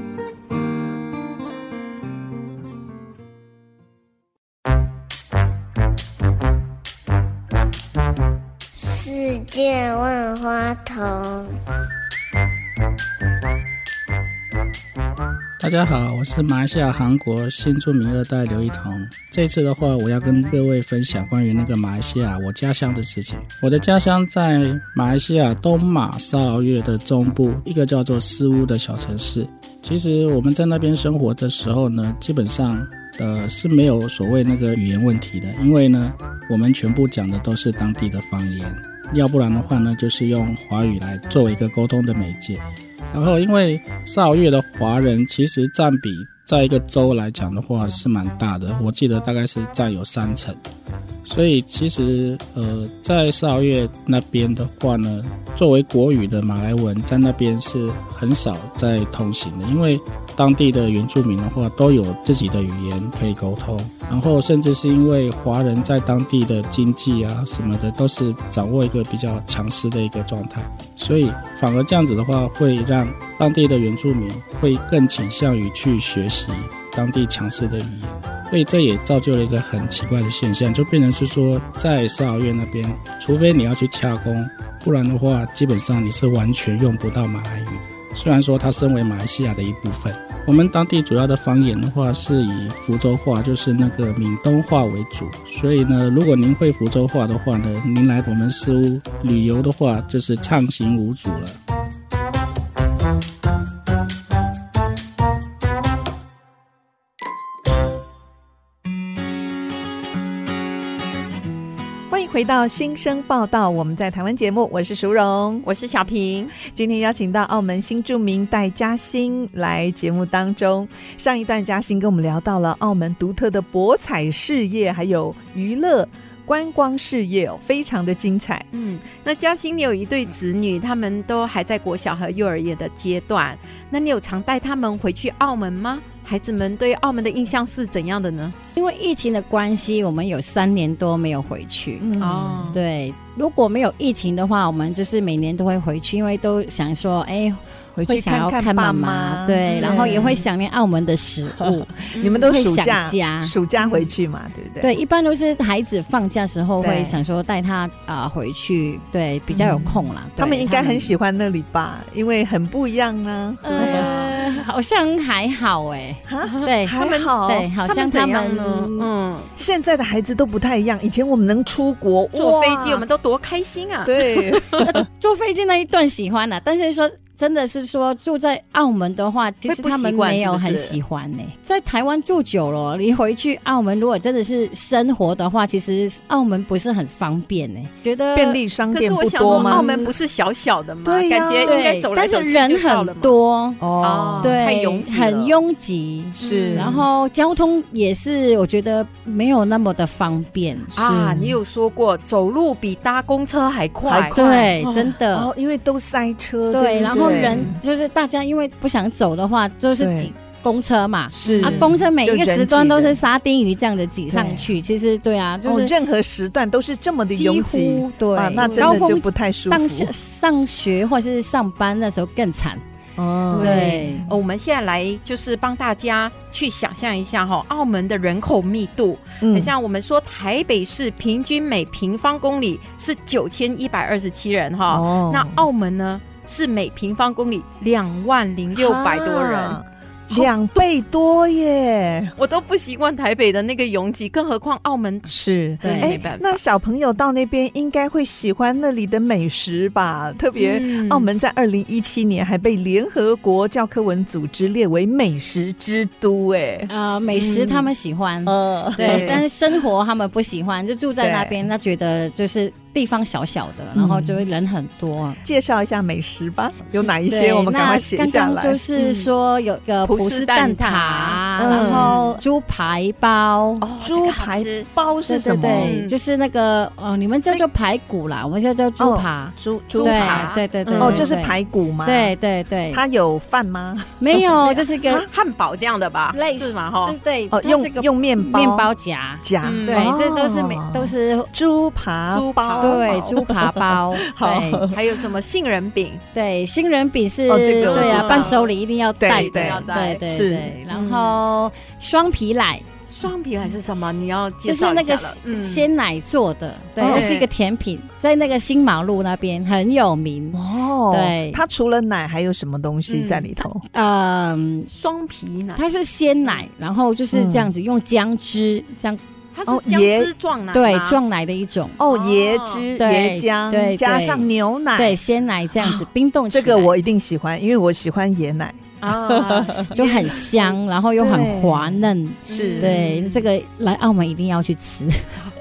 Speaker 5: 世界万花筒。
Speaker 6: 大家好，我是马来西亚、韩国新著名二代刘一彤。这次的话，我要跟各位分享关于那个马来西亚我家乡的事情。我的家乡在马来西亚东马沙劳越的中部，一个叫做斯乌的小城市。其实我们在那边生活的时候呢，基本上呃是没有所谓那个语言问题的，因为呢，我们全部讲的都是当地的方言，要不然的话呢，就是用华语来作为一个沟通的媒介。然后，因为萨尔越的华人其实占比在一个州来讲的话是蛮大的，我记得大概是占有三成。所以其实呃，在萨尔越那边的话呢，作为国语的马来文在那边是很少在通行的，因为当地的原住民的话都有自己的语言可以沟通，然后甚至是因为华人在当地的经济啊什么的都是掌握一个比较强势的一个状态。所以反而这样子的话，会让当地的原住民会更倾向于去学习当地强势的语言，所以这也造就了一个很奇怪的现象，就变成是说，在沙劳越那边，除非你要去洽工，不然的话，基本上你是完全用不到马来语的。虽然说它身为马来西亚的一部分，我们当地主要的方言的话是以福州话，就是那个闽东话为主。所以呢，如果您会福州话的话呢，您来我们事务旅游的话，就是畅行无阻了。
Speaker 2: 欢迎回到新生报道。我们在台湾节目，我是淑荣。
Speaker 1: 我是小平，
Speaker 2: 今天邀请到澳门新著名戴嘉欣来节目当中。上一段嘉欣跟我们聊到了澳门独特的博彩事业，还有娱乐。观光事业哦，非常的精彩。
Speaker 1: 嗯，那嘉欣，你有一对子女，他们都还在国小和幼儿园的阶段，那你有常带他们回去澳门吗？孩子们对澳门的印象是怎样的呢？
Speaker 4: 因为疫情的关系，我们有三年多没有回去。
Speaker 2: 嗯，
Speaker 1: 哦，
Speaker 4: 对，如果没有疫情的话，我们就是每年都会回去，因为都想说，哎，
Speaker 2: 回
Speaker 4: 会
Speaker 2: 去
Speaker 4: 想
Speaker 2: 看
Speaker 4: 要看
Speaker 2: 爸
Speaker 4: 妈
Speaker 2: 妈，
Speaker 4: 妈，对，然后也会想念澳门的食物。
Speaker 2: 你们都
Speaker 4: 嗯会
Speaker 2: 暑
Speaker 4: 想
Speaker 2: 假
Speaker 4: 家
Speaker 2: 暑假回去嘛，对不对？
Speaker 4: 对，一般都是孩子放假时候
Speaker 2: 对
Speaker 4: 会想说带他啊、回去，对，比较有空啦。对
Speaker 2: 嗯他们应该很喜欢那里吧，因为很不一样啊，对不对
Speaker 4: 呃，好像还好哎、
Speaker 2: 啊
Speaker 4: 对
Speaker 2: 还好，
Speaker 4: 对，好像
Speaker 1: 怎
Speaker 4: 他
Speaker 1: 样
Speaker 4: 们
Speaker 1: 呢？嗯，
Speaker 2: 现在的孩子都不太一样。以前我们能出国
Speaker 1: 坐飞机
Speaker 2: 哇
Speaker 1: 我们都多开心啊！
Speaker 2: 对
Speaker 4: 坐飞机那一段喜欢啦、啊但是说真的是说住在澳门的话，其实
Speaker 1: 不
Speaker 4: 他们
Speaker 1: 习惯
Speaker 4: 没有
Speaker 1: 是不是
Speaker 4: 很喜欢呢、在台湾住久了，你回去澳门如果真的是生活的话，其实澳门不是很方便呢、觉得
Speaker 2: 便利商
Speaker 1: 可是
Speaker 2: 店
Speaker 1: 我
Speaker 2: 不
Speaker 1: 想
Speaker 2: 多
Speaker 1: 说，啊澳
Speaker 2: 吗？
Speaker 1: 门不是小小的吗？
Speaker 2: 对呀
Speaker 1: 感觉应该
Speaker 4: 对
Speaker 1: 走，来
Speaker 4: 但是
Speaker 1: 走去
Speaker 4: 人
Speaker 1: 就到了
Speaker 4: 很
Speaker 1: 嘛。
Speaker 4: 多，
Speaker 1: 哦
Speaker 4: 对，
Speaker 1: 太拥挤了
Speaker 4: 很拥挤。
Speaker 2: 是，
Speaker 4: 然后交通也是，我觉得没有那么的方便。
Speaker 1: 啊，你有说过走路比搭公车还快，
Speaker 2: 还快
Speaker 4: 对
Speaker 2: 哦，
Speaker 4: 真的。
Speaker 2: 哦，因为都塞车，对不
Speaker 4: 对，
Speaker 2: 对，
Speaker 4: 然后人就是大家因为不想走的话，就是
Speaker 2: 对
Speaker 4: 挤公车嘛。
Speaker 2: 是
Speaker 4: 啊，公车每一
Speaker 2: 就
Speaker 4: 个
Speaker 2: 人
Speaker 4: 时段
Speaker 2: 挤
Speaker 4: 都是
Speaker 2: 人
Speaker 4: 沙丁鱼这样子挤上
Speaker 2: 对
Speaker 4: 去，其实对啊，就
Speaker 2: 哦，
Speaker 4: 是
Speaker 2: 任何时段都是这么的
Speaker 4: 几
Speaker 2: 拥挤，
Speaker 4: 乎对
Speaker 2: 哇，那真
Speaker 4: 高
Speaker 2: 的就
Speaker 4: 峰
Speaker 2: 不太舒
Speaker 4: 上学
Speaker 2: 服。
Speaker 4: 上学或是上班那时候更惨。
Speaker 2: 哦
Speaker 4: 对，
Speaker 1: 哦我们现在来就是帮大家去想象一下哈、澳门的人口密度，
Speaker 2: 嗯
Speaker 1: 很像我们说台北市平均每平方公里是九千一百二十七人哈、
Speaker 2: 哦
Speaker 1: 那澳门呢是每平方公里两万零六百多人，
Speaker 2: 啊两倍多耶！
Speaker 1: 我都不习惯台北的那个拥挤，更何况澳门。
Speaker 2: 是，
Speaker 4: 对
Speaker 1: 没办
Speaker 2: 哎
Speaker 1: 法
Speaker 2: 那小朋友到那边应该会喜欢那里的美食吧？特
Speaker 4: 嗯
Speaker 2: 别澳门在二零一七年还被联合国教科文组织列为美食之都，哎，
Speaker 4: 呃，美食他们喜欢，
Speaker 2: 呃，
Speaker 4: 对
Speaker 1: 对，
Speaker 4: 但是生活他们不喜欢，就住在那
Speaker 2: 对嗯
Speaker 4: 边，他觉得就是地方小小的，然后就人很多。
Speaker 2: 介绍一下美食吧，有哪一
Speaker 4: 对，
Speaker 2: 些？我们赶快
Speaker 4: 那
Speaker 2: 写
Speaker 4: 刚
Speaker 2: 下
Speaker 4: 刚
Speaker 2: 来。
Speaker 4: 就是说有个
Speaker 1: 葡
Speaker 4: 葡
Speaker 1: 式
Speaker 4: 式
Speaker 1: 蛋
Speaker 4: 蛋
Speaker 1: 挞
Speaker 4: 挞，
Speaker 2: 嗯
Speaker 4: 然后猪排包。
Speaker 1: 哦，这
Speaker 2: 猪
Speaker 1: 个好
Speaker 2: 排
Speaker 1: 吃
Speaker 2: 包
Speaker 4: 对
Speaker 2: 是
Speaker 4: 对
Speaker 2: 什么？
Speaker 4: 对，
Speaker 1: 嗯
Speaker 4: 就是那个哦，你们叫做排骨啦，我们叫做猪扒，
Speaker 2: 哦猪
Speaker 1: 猪
Speaker 4: 对
Speaker 1: 扒
Speaker 4: 对对对，
Speaker 2: 哦，
Speaker 4: 对
Speaker 2: 就是，排骨吗？
Speaker 4: 对对对，
Speaker 2: 它有饭吗？
Speaker 4: 没有，就是个
Speaker 1: 啊汉堡这样的吧，
Speaker 4: 类似
Speaker 1: 是嘛哈
Speaker 4: 对，对，
Speaker 2: 哦，
Speaker 4: 它
Speaker 2: 用
Speaker 4: 是个
Speaker 2: 用面包哦
Speaker 4: 面包夹，
Speaker 2: 夹，
Speaker 1: 嗯
Speaker 4: 对，这都是每都是
Speaker 2: 猪扒
Speaker 1: 猪
Speaker 2: 包，
Speaker 1: 扒
Speaker 4: 对猪扒包，
Speaker 2: 好
Speaker 4: 对
Speaker 1: 还有什么杏仁饼，
Speaker 4: 对，新人饼是，
Speaker 2: 哦这个
Speaker 4: 对
Speaker 1: 我知
Speaker 4: 啊
Speaker 1: 道，
Speaker 4: 伴手礼一定要带
Speaker 2: 对
Speaker 4: 的，
Speaker 2: 对
Speaker 4: 对对
Speaker 2: 是
Speaker 4: 对，然后双皮奶。
Speaker 1: 双皮奶是什么？你要介
Speaker 4: 就是
Speaker 1: 绍
Speaker 4: 那
Speaker 1: 一下
Speaker 4: 个
Speaker 1: 了嗯
Speaker 4: 鲜奶做的，对，
Speaker 2: 哦
Speaker 4: 那是一个甜品，在那个新马路那边很有名。
Speaker 2: 哦，
Speaker 4: 对
Speaker 2: 它除了奶还有什么东西在里头？
Speaker 4: 嗯，
Speaker 1: 双皮奶，
Speaker 4: 它是鲜奶，然后就是这样子用姜汁这样
Speaker 1: 它是
Speaker 2: 哦
Speaker 1: 姜
Speaker 2: 椰
Speaker 1: 汁状奶吗，
Speaker 4: 对撞奶的一种，
Speaker 2: 哦，
Speaker 1: 哦
Speaker 2: 椰汁、
Speaker 4: 对
Speaker 2: 椰浆
Speaker 4: 对对
Speaker 2: 加上牛奶，
Speaker 4: 对鲜奶这样子冰冻起
Speaker 2: 这
Speaker 4: 来，
Speaker 2: 个我一定喜欢，因为我喜欢椰奶。。
Speaker 1: 啊，
Speaker 4: 就很香，然后又很滑嫩。
Speaker 1: 是
Speaker 4: 对，这个来澳门一定要去吃。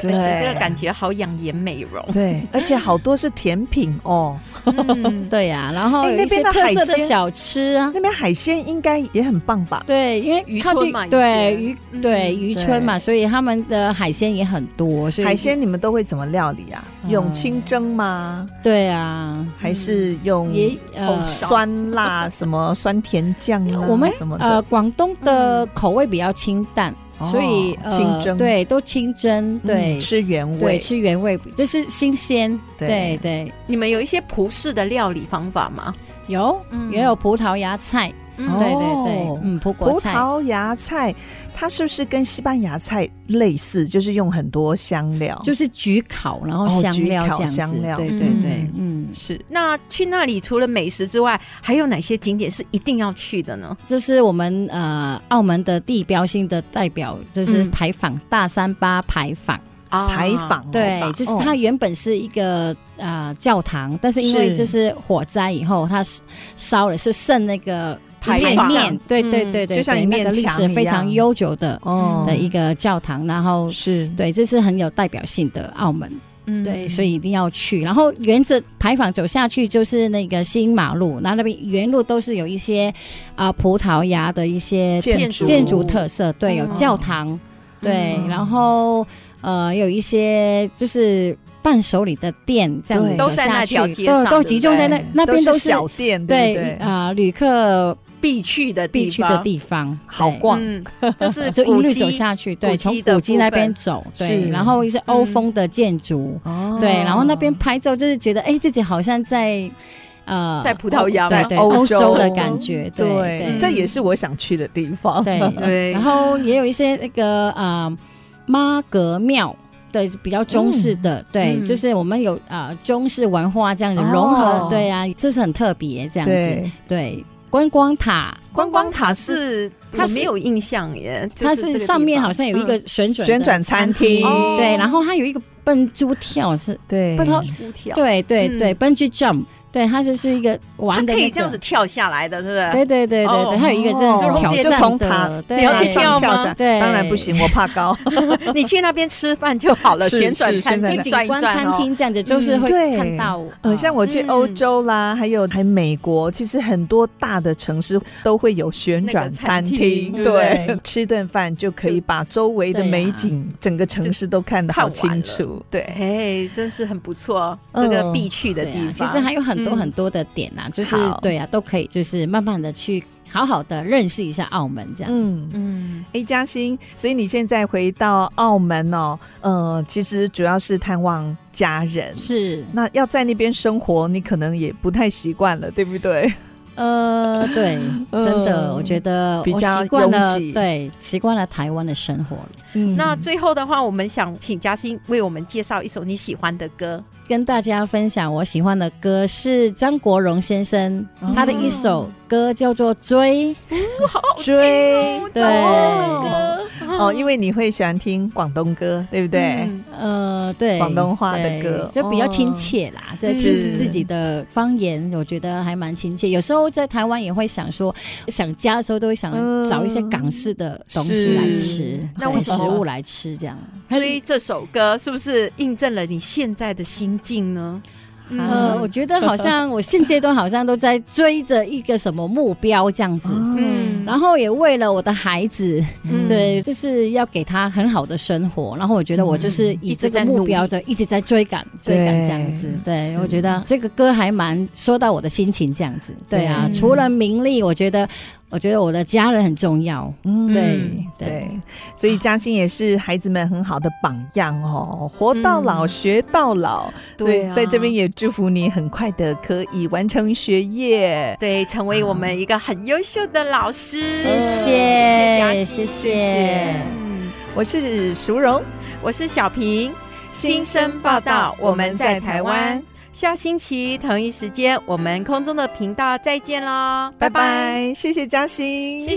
Speaker 1: 而且这个感觉好养颜美容
Speaker 2: 对，而且好多是甜品哦。
Speaker 1: 嗯，
Speaker 4: 对呀、然后
Speaker 2: 哎
Speaker 4: 有
Speaker 2: 那
Speaker 4: 一
Speaker 2: 边
Speaker 4: 些
Speaker 2: 的
Speaker 4: 特色
Speaker 2: 海
Speaker 4: 的
Speaker 2: 鲜
Speaker 4: 小吃啊，
Speaker 2: 那边海鲜应该也很棒吧？
Speaker 4: 对，因
Speaker 1: 渔
Speaker 4: 为靠
Speaker 1: 村
Speaker 4: 近
Speaker 1: 嘛以
Speaker 4: 对
Speaker 1: 前
Speaker 4: 渔
Speaker 1: 嗯
Speaker 4: 对渔村嘛，所以他们的海鲜也很多，所以
Speaker 2: 海鲜你们都会怎么料理啊？
Speaker 4: 嗯
Speaker 2: 用清蒸吗？
Speaker 4: 对啊，
Speaker 2: 还是用
Speaker 4: 也呃。
Speaker 2: 酸辣什么酸甜酱啦？
Speaker 4: 我们
Speaker 2: 什么
Speaker 4: 呃，
Speaker 2: 的
Speaker 4: 广东的口味比较清淡，
Speaker 2: 哦
Speaker 4: 所以呃，
Speaker 2: 清蒸
Speaker 4: 对，都清蒸，
Speaker 2: 嗯
Speaker 4: 对，
Speaker 2: 吃原
Speaker 4: 对，
Speaker 2: 味，
Speaker 4: 吃原味，就是新鲜，对对，
Speaker 1: 你们有一些葡式的料理方法吗？
Speaker 4: 有
Speaker 1: 嗯
Speaker 4: 也有葡萄牙菜，
Speaker 1: 嗯
Speaker 4: 对对
Speaker 2: 哦
Speaker 4: 对，嗯，葡国
Speaker 2: 葡
Speaker 4: 菜，
Speaker 2: 萄牙菜，它是不是跟西班牙菜类似？就是用很多香料，
Speaker 4: 就是焗烤，然后
Speaker 2: 哦
Speaker 4: 香
Speaker 2: 焗
Speaker 4: 料
Speaker 2: 烤
Speaker 4: 这样子，
Speaker 2: 香料
Speaker 4: 对对
Speaker 1: 嗯
Speaker 4: 对，嗯，
Speaker 2: 是
Speaker 1: 那去那里除了美食之外，还有哪些景点是一定要去的呢？
Speaker 4: 这是我们呃澳门的地标性的代表，就是
Speaker 1: 嗯
Speaker 4: 牌坊、大三巴牌坊。
Speaker 1: 啊
Speaker 2: 牌坊、哦
Speaker 4: 对，就是它原本是一个呃教堂，但是因为
Speaker 2: 是
Speaker 4: 就是火灾以后，它是烧了是剩那个
Speaker 1: 牌
Speaker 4: 牌
Speaker 1: 坊
Speaker 4: 面，对
Speaker 1: 嗯
Speaker 4: 对对对，
Speaker 2: 就像
Speaker 4: 对
Speaker 2: 一面
Speaker 4: 那个历
Speaker 2: 墙一
Speaker 4: 史
Speaker 2: 样
Speaker 4: 非常悠久的
Speaker 2: 哦
Speaker 4: 的一个教堂，然后
Speaker 2: 是
Speaker 4: 对，这是很有代表性的澳门，
Speaker 1: 嗯
Speaker 4: 对，所以一定要去。然后沿着牌坊走下去就是那个新马路，然后那边原路都是有一些啊、葡萄牙的一些
Speaker 2: 建
Speaker 1: 筑
Speaker 4: 建筑特色，对，有
Speaker 1: 嗯
Speaker 4: 教堂，对，然后呃，有一些就是伴手礼的店这样
Speaker 2: 对
Speaker 4: 子
Speaker 2: 都
Speaker 1: 在那条街上
Speaker 4: 对都
Speaker 1: 对不
Speaker 4: 集中在那
Speaker 1: 对
Speaker 4: 那边
Speaker 2: 都
Speaker 4: 都
Speaker 2: 是
Speaker 4: 是
Speaker 2: 小店，对
Speaker 4: 对
Speaker 2: 不对？
Speaker 4: 啊、旅客
Speaker 1: 必去的地
Speaker 4: 必
Speaker 1: 方
Speaker 4: 去的地方，
Speaker 2: 好
Speaker 4: 对
Speaker 2: 逛
Speaker 1: 嗯， 这是
Speaker 4: 呃就一
Speaker 1: 古
Speaker 4: 路
Speaker 1: 迹
Speaker 4: 走下去，
Speaker 1: 古
Speaker 4: 对，
Speaker 1: 迹
Speaker 4: 从
Speaker 1: 的
Speaker 4: 古迹那
Speaker 1: 部分
Speaker 4: 边走，对，
Speaker 2: 是
Speaker 4: 然后一些欧风的建筑，
Speaker 2: 哦
Speaker 1: 嗯
Speaker 4: 对，然后那边拍照就是觉得，哎，自己好像在呃，
Speaker 1: 在葡萄牙
Speaker 4: 对
Speaker 1: 嘛
Speaker 4: 对，
Speaker 2: 欧
Speaker 4: 欧
Speaker 2: 洲
Speaker 4: 洲的感觉，对
Speaker 2: 对，这也是我想去的地方。
Speaker 4: 对
Speaker 1: 嗯对
Speaker 4: 然后也有一些那个呃妈阁庙。对，比较中式的，对，
Speaker 1: 嗯
Speaker 4: 就是我们有啊、呃中式文化这样子融合，
Speaker 2: 哦
Speaker 4: 对啊，这是很特别这样子。
Speaker 2: 对，
Speaker 4: 对，观光塔
Speaker 1: 观光塔是
Speaker 4: 它
Speaker 1: 我
Speaker 4: 是
Speaker 1: 没有印象耶，就
Speaker 4: 它
Speaker 1: 这个
Speaker 4: 是
Speaker 1: 地
Speaker 4: 上面
Speaker 1: 方嗯
Speaker 4: 好像有一个旋转的
Speaker 2: 旋转餐厅
Speaker 1: 哦
Speaker 4: 对，然后它有一个笨猪跳是，
Speaker 2: 对，
Speaker 4: 不
Speaker 1: 嗯
Speaker 4: 能
Speaker 1: 出跳，
Speaker 4: 对对对，
Speaker 1: 嗯
Speaker 4: 笨猪 jump，对，它就是一个
Speaker 1: 它
Speaker 4: 玩的
Speaker 1: 可
Speaker 4: 那
Speaker 1: 以
Speaker 4: 个
Speaker 1: 这样子，跳下来的，是不是？
Speaker 4: 对对对对对，
Speaker 1: 哦
Speaker 4: 还有一个这样
Speaker 1: 哦
Speaker 4: 挑
Speaker 2: 就
Speaker 4: 战
Speaker 2: 从塔
Speaker 4: 的，对，
Speaker 1: 你要
Speaker 2: 塔
Speaker 1: 去
Speaker 2: 啊上
Speaker 1: 跳
Speaker 2: 跳
Speaker 1: 吗
Speaker 2: 伞
Speaker 4: 对
Speaker 2: 当然不行，我怕 高。
Speaker 1: 你去那边吃饭就好了，
Speaker 2: 是
Speaker 1: 旋转
Speaker 2: 是
Speaker 1: 餐
Speaker 2: 旋转餐
Speaker 1: 厅
Speaker 4: 景
Speaker 1: 转一
Speaker 4: 观
Speaker 1: 转
Speaker 4: 餐
Speaker 1: 哦。
Speaker 4: 厅这样子，就是
Speaker 2: 嗯
Speaker 4: 会
Speaker 2: 对
Speaker 4: 看到，
Speaker 2: 呃，像我去欧
Speaker 1: 嗯
Speaker 2: 洲啦，还有还美国，其实很多大的城市都会有旋
Speaker 1: 那个
Speaker 2: 转餐
Speaker 1: 餐
Speaker 2: 厅，
Speaker 1: 厅
Speaker 2: 对
Speaker 4: 对不对，
Speaker 2: 吃顿饭就可以把周围的
Speaker 4: 对啊
Speaker 2: 美景、整个城市都看得好
Speaker 1: 就看完
Speaker 2: 清
Speaker 1: 了
Speaker 2: 楚，对。
Speaker 1: 哎，真是很不错，
Speaker 2: 嗯
Speaker 1: 这个必去的
Speaker 4: 对
Speaker 1: 地
Speaker 4: 啊
Speaker 1: 方。，
Speaker 4: 其实还有很多
Speaker 1: 嗯
Speaker 4: 很多的点啊，就是
Speaker 2: 好
Speaker 4: 对啊，都可以就是慢慢的去好好的认识一下澳门这样。
Speaker 2: 嗯
Speaker 1: 嗯，
Speaker 2: ，A 嘉欣，所以你现在回到澳门哦，呃，其实主要是探望家人。
Speaker 4: 是，
Speaker 2: 那要在那边生活，你可能也不太习惯了，对不对？
Speaker 4: 呃， 对，
Speaker 2: 嗯
Speaker 4: 真的，我觉得
Speaker 2: 比
Speaker 4: 我
Speaker 2: 较
Speaker 4: 习惯
Speaker 2: 拥
Speaker 4: 了，
Speaker 2: 挤
Speaker 4: 对，习惯了台湾的生活了。
Speaker 2: 嗯
Speaker 1: 那最后的话，我们想请嘉欣为我们介绍一首你喜欢的歌。
Speaker 4: 跟大家分享我喜欢的歌是张国荣先生，
Speaker 2: 哦
Speaker 4: 他的一首歌叫做《追》，
Speaker 2: 追
Speaker 4: 对，
Speaker 2: 哦，因为你会喜欢听广东歌，对不对？
Speaker 1: 嗯
Speaker 4: 呃，对，
Speaker 2: 广东话的歌哦嗯
Speaker 4: 对就比较亲切啦，这是
Speaker 2: 是
Speaker 4: 自己的方言，我觉得还蛮亲切。有时候在台湾也会想说，想家的时候都会想
Speaker 2: 嗯
Speaker 4: 找一些港式的东西来吃，
Speaker 1: 那
Speaker 4: 对
Speaker 1: 为什么
Speaker 4: 食物来吃这样？
Speaker 1: 所以这首歌是不是印证了你现在的心境呢？
Speaker 4: 呃，我觉得好像我现阶段好像都在追着一个什么目标这样子，
Speaker 1: 嗯，
Speaker 4: 然后也为了我的孩子，
Speaker 1: 嗯
Speaker 4: 对，就是要给他很好的生活。然后我觉得我就是以这个目标的一直在追赶，追赶这样子。对，我觉得这个歌还蛮说到我的心情这样子。对啊，
Speaker 1: 对
Speaker 4: 除了名利，我觉得我觉得我的家人很重要。
Speaker 2: 嗯
Speaker 4: 对对，
Speaker 2: 对，所以嘉欣也是孩子们很好的榜样哦，活到老、学到老。
Speaker 1: 对啊
Speaker 2: 在这边也祝福你很快的可以完成学业。
Speaker 1: 对，成为我们一个很优秀的老师。
Speaker 4: 谢
Speaker 1: 嘉欣
Speaker 4: 谢谢
Speaker 2: 谢
Speaker 4: 谢。
Speaker 1: 嗯，
Speaker 2: 我是淑荣，
Speaker 1: 我是小平，新生报道，我们在台湾。下星期同一时间，我们空中的频道再见喽，
Speaker 2: 拜
Speaker 1: 拜拜，
Speaker 2: 拜，谢谢嘉欣，
Speaker 4: 谢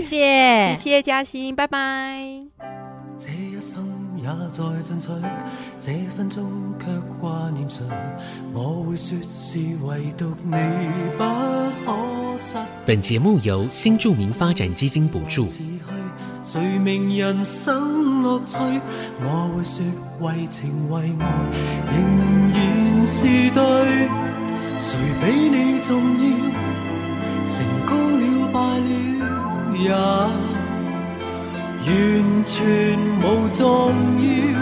Speaker 1: 谢
Speaker 4: 谢，
Speaker 1: 谢嘉欣，拜拜。
Speaker 7: 这一生也在进取，这分钟却挂念谁？我会说是唯独你不可失
Speaker 8: 本节目由新著名发展基金补助。
Speaker 7: 似去，谁明人生乐趣？我会说为情为爱，仍然是对。谁比你重要？成功了败了也完全无重要。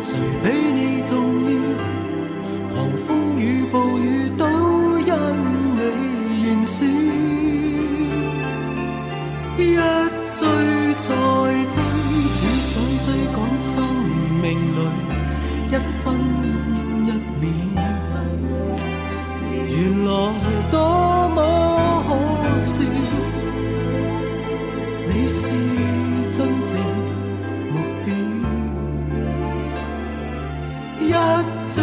Speaker 7: 谁比你重要？狂风与暴雨都因你燃烧。一追再追，只想追赶生命里一分一秒。原来多么可笑，你是真正目标。一追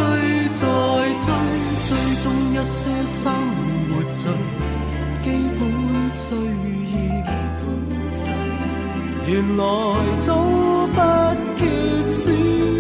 Speaker 7: 再追，追蹤一些生活最基本需要。原來早不缺少。